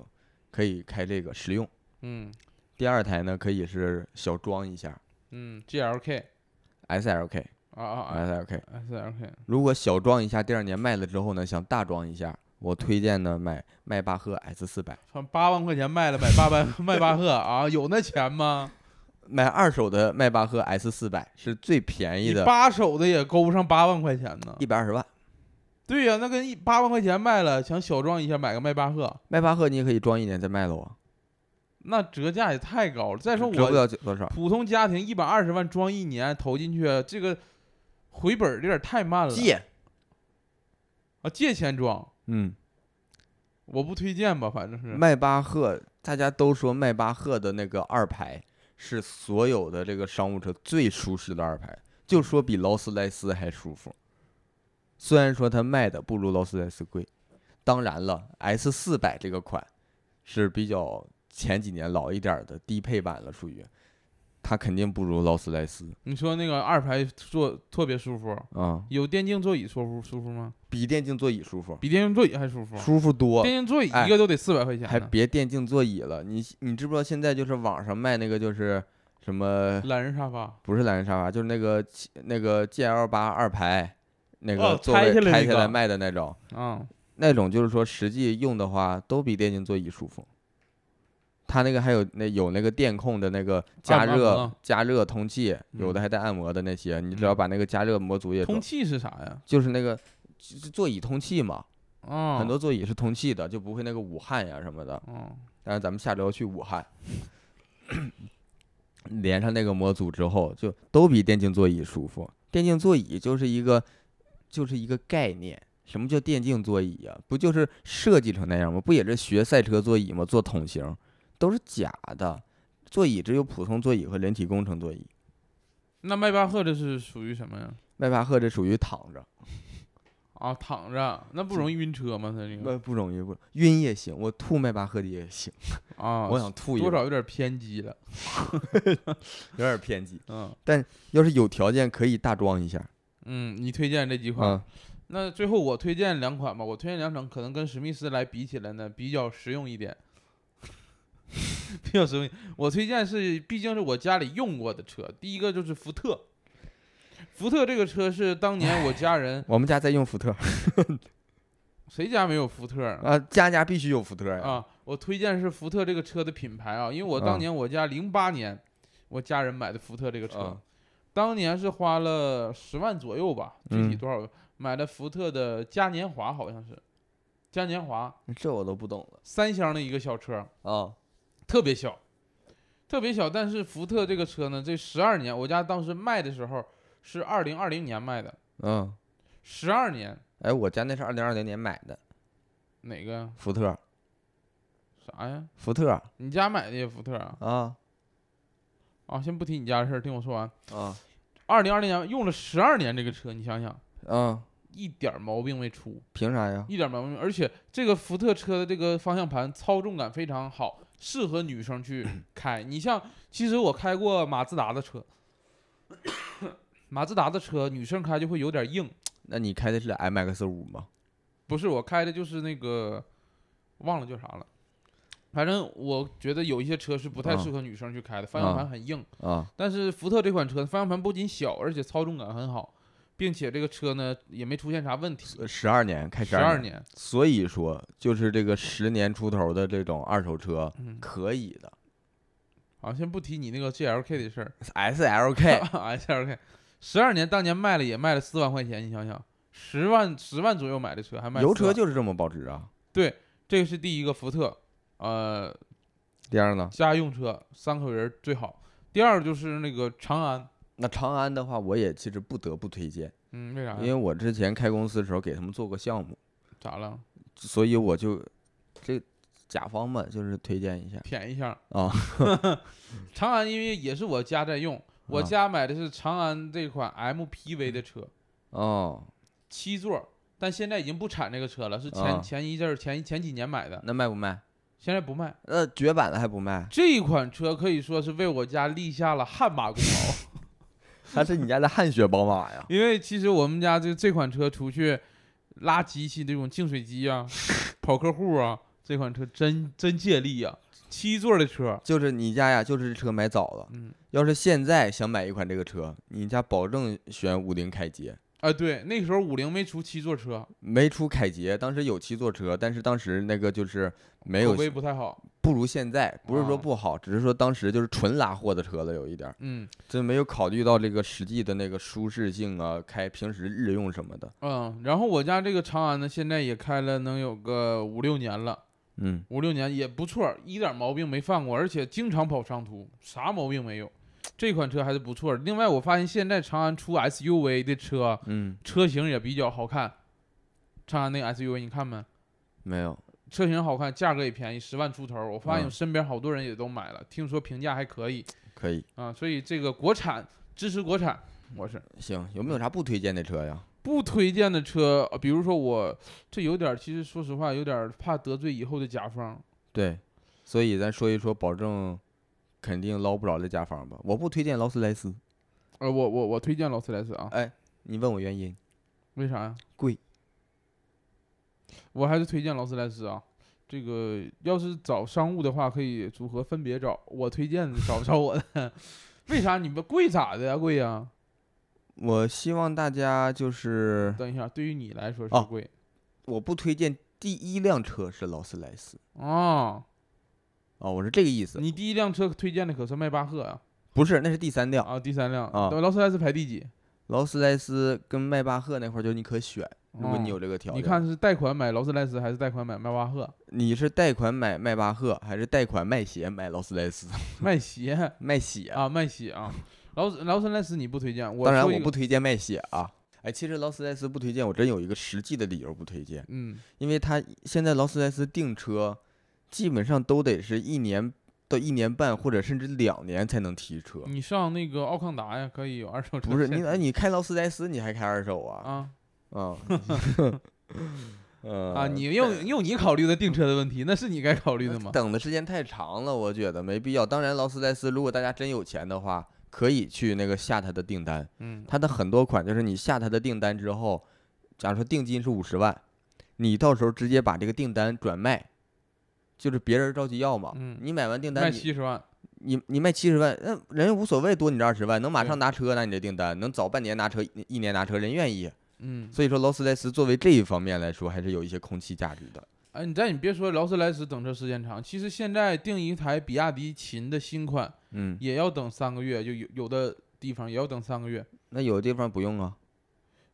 Speaker 2: 可以开这个实用，
Speaker 1: 嗯
Speaker 2: 第二台呢可以是小装一下
Speaker 1: 嗯，GLK
Speaker 2: SLK。
Speaker 1: 啊啊啊
Speaker 2: SLK。
Speaker 1: ，SLK
Speaker 2: 如果小装一下，第二年卖了之后呢，想大装一下，我推荐呢买迈巴赫 S 四百，
Speaker 1: 反八万块钱 [LAUGHS] 卖了买八万迈巴赫啊，有那钱吗？
Speaker 2: 买二手的迈巴赫 S 四百是最便宜
Speaker 1: 你
Speaker 2: 的，
Speaker 1: 八手的也勾不上八万块钱呢
Speaker 2: 一。百二十万。
Speaker 1: 对呀、那跟一八万块钱卖了，想小装一下买个迈巴赫，
Speaker 2: 迈巴赫你也可以装一年再卖了我，
Speaker 1: 那折价也太高了。再说
Speaker 2: 折不
Speaker 1: 我
Speaker 2: 了多少。
Speaker 1: 普通家庭一百二十万装一年投进去，这个回本儿有点太慢了。
Speaker 2: 借，
Speaker 1: 啊，借钱装
Speaker 2: 嗯，
Speaker 1: 我不推荐吧，反正是。
Speaker 2: 迈巴赫大家都说迈巴赫的那个二排是所有的这个商务车最舒适的二排，就说比劳斯莱斯还舒服。虽然说它卖的不如劳斯莱斯贵，当然了，S 四百这个款是比较前几年老一点儿的低配版了，属于它肯定不如劳斯莱斯
Speaker 1: 你说那个二排坐特别舒服，
Speaker 2: 啊、
Speaker 1: 有电竞座椅舒服舒服吗？
Speaker 2: 比电竞座椅舒服，
Speaker 1: 比电竞座椅还舒服。
Speaker 2: 舒服多，
Speaker 1: 电竞座椅
Speaker 2: 哎
Speaker 1: 一个都得四百块钱
Speaker 2: 还
Speaker 1: 呢，
Speaker 2: 别电竞座椅了。你你知不知道现在就是网上卖那个就是什么
Speaker 1: 懒人沙发。
Speaker 2: 不是懒人沙发，就是那个七那个 GL 八二排那个
Speaker 1: 哦
Speaker 2: 座
Speaker 1: 拆
Speaker 2: 位
Speaker 1: 下来
Speaker 2: 拆
Speaker 1: 那
Speaker 2: 下来
Speaker 1: 个
Speaker 2: 卖的那种，
Speaker 1: 嗯，
Speaker 2: 那种就是说实际用的话都比电竞座椅舒服。它那个还有那有那个电控的那个加
Speaker 1: 按摩按
Speaker 2: 热
Speaker 1: 摩
Speaker 2: 加热通气，有的
Speaker 1: 嗯
Speaker 2: 还带按摩的那些，你只要把那个加热模组也
Speaker 1: 通
Speaker 2: 装，
Speaker 1: 气是啥呀？
Speaker 2: 就是那个就是座椅通气嘛，
Speaker 1: 嗯，
Speaker 2: 很多座椅是通气的，就不会那个捂汗呀什么的。
Speaker 1: 嗯，
Speaker 2: 但是咱们下周要去武汉，连上那个模组之后，就都比电竞座椅舒服。电竞座椅就是一个就是一个概念，什么叫电竞座椅呀、不就是设计成那样吗？不也是学赛车座椅吗？做桶型都是假的，座椅只有普通座椅和人体工程座椅。
Speaker 1: 那迈巴赫这是属于什么呀？
Speaker 2: 迈巴赫这属于躺着，
Speaker 1: 啊，躺着，那不容易晕车吗？他这个
Speaker 2: 不不容易不晕也行，我吐迈巴赫的也行，
Speaker 1: 啊，
Speaker 2: 我想吐一
Speaker 1: 多
Speaker 2: 会儿
Speaker 1: 少有点偏激了。
Speaker 2: 有点偏激。
Speaker 1: 嗯
Speaker 2: 要是有条件可以大装一下
Speaker 1: 嗯，你推荐这几款，
Speaker 2: 啊，
Speaker 1: 那最后我推荐两款吧。我推荐两款可能跟史密斯来比起来呢，比较实用一点。 [LAUGHS] 比较实用，我推荐是，毕竟是我家里用过的车。第一个就是福特，福特这个车是当年我家人
Speaker 2: 我们家在用福特。
Speaker 1: 谁家没有福特啊？
Speaker 2: 啊，家家必须有福特呀！
Speaker 1: 啊，我推荐是福特这个车的品牌啊，因为我
Speaker 2: 啊
Speaker 1: 当年我家零八年，我家人买的福特这个车，
Speaker 2: 啊
Speaker 1: 当年是花了十万左右吧，具体
Speaker 2: 嗯
Speaker 1: 多少、买了福特的嘉年华，好像是嘉年华
Speaker 2: 这我都不懂了
Speaker 1: 三厢的一个小车，
Speaker 2: 啊、
Speaker 1: 特别小，特别小。但是福特这个车呢，这十二年，我家当时卖的时候是二零二零年卖的，
Speaker 2: 嗯，
Speaker 1: 十二年
Speaker 2: 哎，我家那是二零二零年买的
Speaker 1: 哪个呀
Speaker 2: 福特，
Speaker 1: 啥呀？
Speaker 2: 福特啊
Speaker 1: 你家买的也福特啊？
Speaker 2: 啊
Speaker 1: 啊，先不提你家的事儿，听我说完。
Speaker 2: 啊
Speaker 1: 二零二零年用了十二年这个车，你想想，
Speaker 2: 啊！
Speaker 1: 一点儿毛病没出，
Speaker 2: 凭啥呀？
Speaker 1: 一点儿毛病没，而且这个福特车的这个方向盘操纵感非常好，适合女生
Speaker 2: [CLEARS THROAT]
Speaker 1: 去开。你像，其实我开过马自达的车， [COUGHS] 马自达的车女生开就会有点硬，
Speaker 2: 那你开的是 MX 五吗？
Speaker 1: 不是我开的就是那个，忘了叫啥了。反正我觉得有一些车是不太
Speaker 2: 啊
Speaker 1: 适合女生去开的，方向
Speaker 2: 啊
Speaker 1: 盘很硬。
Speaker 2: 啊
Speaker 1: 但是福特这款车方向盘不仅小，而且操纵感很好，并且这个车呢也没出现啥问题。
Speaker 2: 呃，十二年开
Speaker 1: 十
Speaker 2: 始
Speaker 1: 二
Speaker 2: 年，
Speaker 1: 年，
Speaker 2: 所以说就是这个十年出头的这种二手车
Speaker 1: 嗯，
Speaker 2: 可以的。
Speaker 1: 好，啊先不提你那个 GLK 的事儿 [LAUGHS]
Speaker 2: [LAUGHS]
Speaker 1: 哎
Speaker 2: SLK
Speaker 1: ，GLK，十二年当年卖了也卖了四万块钱，你想想，十万十万左右买的车还卖
Speaker 2: 油
Speaker 1: 4万
Speaker 2: 车就是这么保值啊。
Speaker 1: 对，这个是第一个福特，呃，
Speaker 2: 第二呢，
Speaker 1: 家用车三口人最好。第二就是那个长安，
Speaker 2: 那长安的话，我也其实不得不推荐，
Speaker 1: 嗯，为啥呀？
Speaker 2: 因为我之前开公司的时候给他们做过项目，
Speaker 1: 咋了？
Speaker 2: 所以我就这甲方嘛，就是推荐一下
Speaker 1: 便宜一下
Speaker 2: 啊。
Speaker 1: [LAUGHS] 长安因为也是我家在用，我
Speaker 2: 啊
Speaker 1: 家买的是长安这款 MPV 的车，
Speaker 2: 哦，
Speaker 1: 七座，但现在已经不产这个车了，是前、
Speaker 2: 啊
Speaker 1: 前一阵儿前前几年买的，
Speaker 2: 那卖不卖？
Speaker 1: 现在不卖。
Speaker 2: 那呃绝版的还不 [LAUGHS] 卖？
Speaker 1: 这款车可以说是为我家立下了汗马功
Speaker 2: [LAUGHS]
Speaker 1: 劳，
Speaker 2: 那是你家的汗血宝马呀！
Speaker 1: 因为其实我们家这这款车出去拉机器这种净水机
Speaker 2: [LAUGHS]
Speaker 1: 啊，跑客户啊，这款车真真借力呀、七座的车，
Speaker 2: 就是你家呀，就是这车买早了。
Speaker 1: 嗯，
Speaker 2: 要是现在想买一款这个车，你家保证选五菱凯捷，
Speaker 1: 啊对，那时候五菱没出七座车，
Speaker 2: 没出凯捷，当时有七座车，但是当时那个就是没有
Speaker 1: 口，碑不太好，
Speaker 2: 不如现在，不是说
Speaker 1: 啊
Speaker 2: 不好，只是说当时就是纯拉货的车了，有一点儿，
Speaker 1: 嗯
Speaker 2: 这没有考虑到这个实际的那个舒适性啊，开平时日用什么的，
Speaker 1: 嗯，然后我家这个长安呢，现在也开了能有个五六年了。
Speaker 2: 嗯，
Speaker 1: 五六年也不错，一点毛病没犯过，而且经常跑长途，啥毛病没有。这款车还是不错的。另外，我发现现在长安出 SUV 的车，
Speaker 2: 嗯，
Speaker 1: 车型也比较好看。长安那个 SUV 你看没？
Speaker 2: 没有，
Speaker 1: 车型好看，价格也便宜，十万出头。我发现
Speaker 2: 嗯
Speaker 1: 身边好多人也都买了，听说评价还可以
Speaker 2: 可以，
Speaker 1: 啊。所以这个国产支持国产，我是
Speaker 2: 行，有没有啥不推荐的车呀？
Speaker 1: 不推荐的车。呃比如说我这有点儿，其实说实话有点儿怕得罪以后的甲方。
Speaker 2: 对，所以咱说一说，保证肯定捞不着的甲方吧，我不推荐劳斯莱斯，
Speaker 1: 呃，我我我推荐劳斯莱斯啊，
Speaker 2: 你问我原因，
Speaker 1: 为啥呀？
Speaker 2: 贵。
Speaker 1: 我还是推荐劳斯莱斯啊。这个要是找商务的话，可以组合分别找。我推荐找找我的， [LAUGHS] 为啥你们贵咋的呀？贵呀、
Speaker 2: 我希望大家就是
Speaker 1: 等一下，对于你来说
Speaker 2: 哦
Speaker 1: 是贵
Speaker 2: 我不推荐第一辆车是劳斯莱斯
Speaker 1: 啊、
Speaker 2: 啊、我是这个意思，
Speaker 1: 你第一辆车推荐的可是迈巴赫啊，
Speaker 2: 不是，那是第三辆。
Speaker 1: 啊，第三辆
Speaker 2: 啊
Speaker 1: 等劳斯莱斯排第几？
Speaker 2: 劳斯莱斯跟迈巴赫那块儿就是你可选，如果你
Speaker 1: 哦
Speaker 2: 有这个条件。
Speaker 1: 你，看是贷款买劳斯莱斯还是贷款买迈巴赫？
Speaker 2: 你是贷款买迈巴赫，还是贷款卖鞋买劳斯莱斯？ [LAUGHS]
Speaker 1: 卖鞋
Speaker 2: 卖鞋，
Speaker 1: 啊，卖鞋啊。劳斯劳斯莱斯你不推荐，我
Speaker 2: 当然
Speaker 1: 说
Speaker 2: 我
Speaker 1: 一个
Speaker 2: 不，推荐卖鞋啊。哎，其实劳斯莱斯不推荐，我真有一个实际的理由不推荐，
Speaker 1: 嗯，
Speaker 2: 因为它现在劳斯莱斯订车，基本上都得是一年到一年半，或者甚至两年才能提车。
Speaker 1: 你上那个奥康达呀，可以有二手车。[LAUGHS]
Speaker 2: 不是你，哎，你开劳斯莱斯你还开二手啊？
Speaker 1: 啊
Speaker 2: 啊，
Speaker 1: [LAUGHS]
Speaker 2: 呃
Speaker 1: 啊！你用用你考虑的订车的问题，那是你该考虑的吗？
Speaker 2: 等的时间太长了，我觉得没必要。当然，劳斯莱斯如果大家真有钱的话，可以去那个下它的订单，
Speaker 1: 嗯，
Speaker 2: 它的很多款就是你下它的订单之后，假如说定金是五十万，你到时候直接把这个订单转卖。就是别人着急要嘛，
Speaker 1: 嗯
Speaker 2: 你买完订
Speaker 1: 卖
Speaker 2: 单，你
Speaker 1: 七十万，
Speaker 2: 你你卖七十万，那、人无所谓多你这二十万，能马
Speaker 1: 对
Speaker 2: 上拿车拿你这订单，能早半年拿车，一一年拿车，人愿意。
Speaker 1: 嗯，
Speaker 2: 所以说劳斯莱斯作为这一方面来说，还是有一些空气价值的。
Speaker 1: 哎，你但你别说劳斯莱斯等车时间长，其实现在订一台比亚迪秦的新款
Speaker 2: 嗯，
Speaker 1: 也要等三个月，就有有的地方也要等三个月，
Speaker 2: 那有的地方不用啊，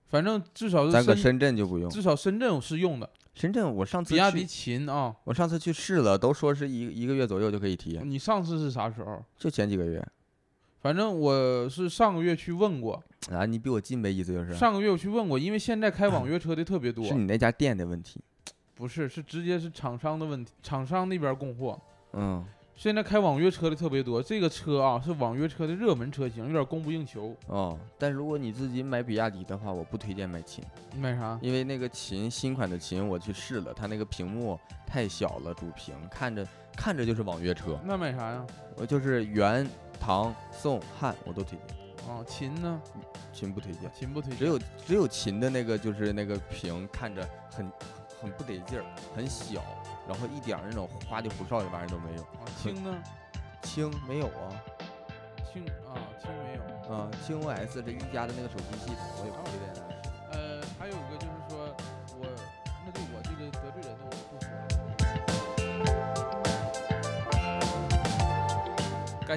Speaker 1: 反正至少是
Speaker 2: 咱搁
Speaker 1: 深，
Speaker 2: 深圳就不用。
Speaker 1: 至少深圳我是用的，
Speaker 2: 深圳我上次
Speaker 1: 比亚迪
Speaker 2: 去，
Speaker 1: 秦啊。
Speaker 2: 我上次去试了，都说是一一个月左右就可以体验，
Speaker 1: 你上次是啥时候？
Speaker 2: 就前几个月。
Speaker 1: 反正我是上个月去问过，
Speaker 2: 啊，你比我近呗，意思就是。啊
Speaker 1: 上个月我去问过，因为现在开
Speaker 2: [CLEARS THROAT]
Speaker 1: 网约车的特别多，
Speaker 2: 是你那家店的问题。
Speaker 1: 不是是直接是厂商的问题，厂商那边供货。
Speaker 2: 嗯
Speaker 1: 现在开网约车的特别多，这个车啊是网约车的热门车型，有点供不应求。
Speaker 2: 哦，但如果你自己买比亚迪的话，我不推荐买秦，
Speaker 1: 你买啥？
Speaker 2: 因为那个秦新款的秦我去试了，它那个屏幕太小了，主屏看着看着就是网约车，
Speaker 1: 那买啥呀？
Speaker 2: 我就是元、唐、宋、汉我都推荐，
Speaker 1: 啊，秦呢？
Speaker 2: 秦不推荐，
Speaker 1: 秦不推荐。
Speaker 2: 只有只有秦的那个就是那个屏看着很很不得劲儿，很小，然后一点儿那种花里胡哨的玩意儿都没有，
Speaker 1: 啊轻呢？
Speaker 2: 轻没有啊，
Speaker 1: 轻啊，轻没有。
Speaker 2: 啊，轻 OS 这一加的那个手机系统我也不推荐它。
Speaker 1: 呃，还有个就是说，我那对我这个得罪人的我不说了。感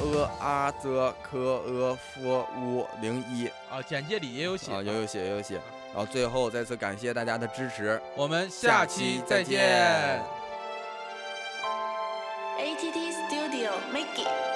Speaker 2: a a z k e f u 零一
Speaker 1: 啊，简介里也有写。
Speaker 2: 啊，有有写有有写。然后最后再次感谢大家的支持，
Speaker 1: 我们下期再见。
Speaker 5: ATT Studio Mickey。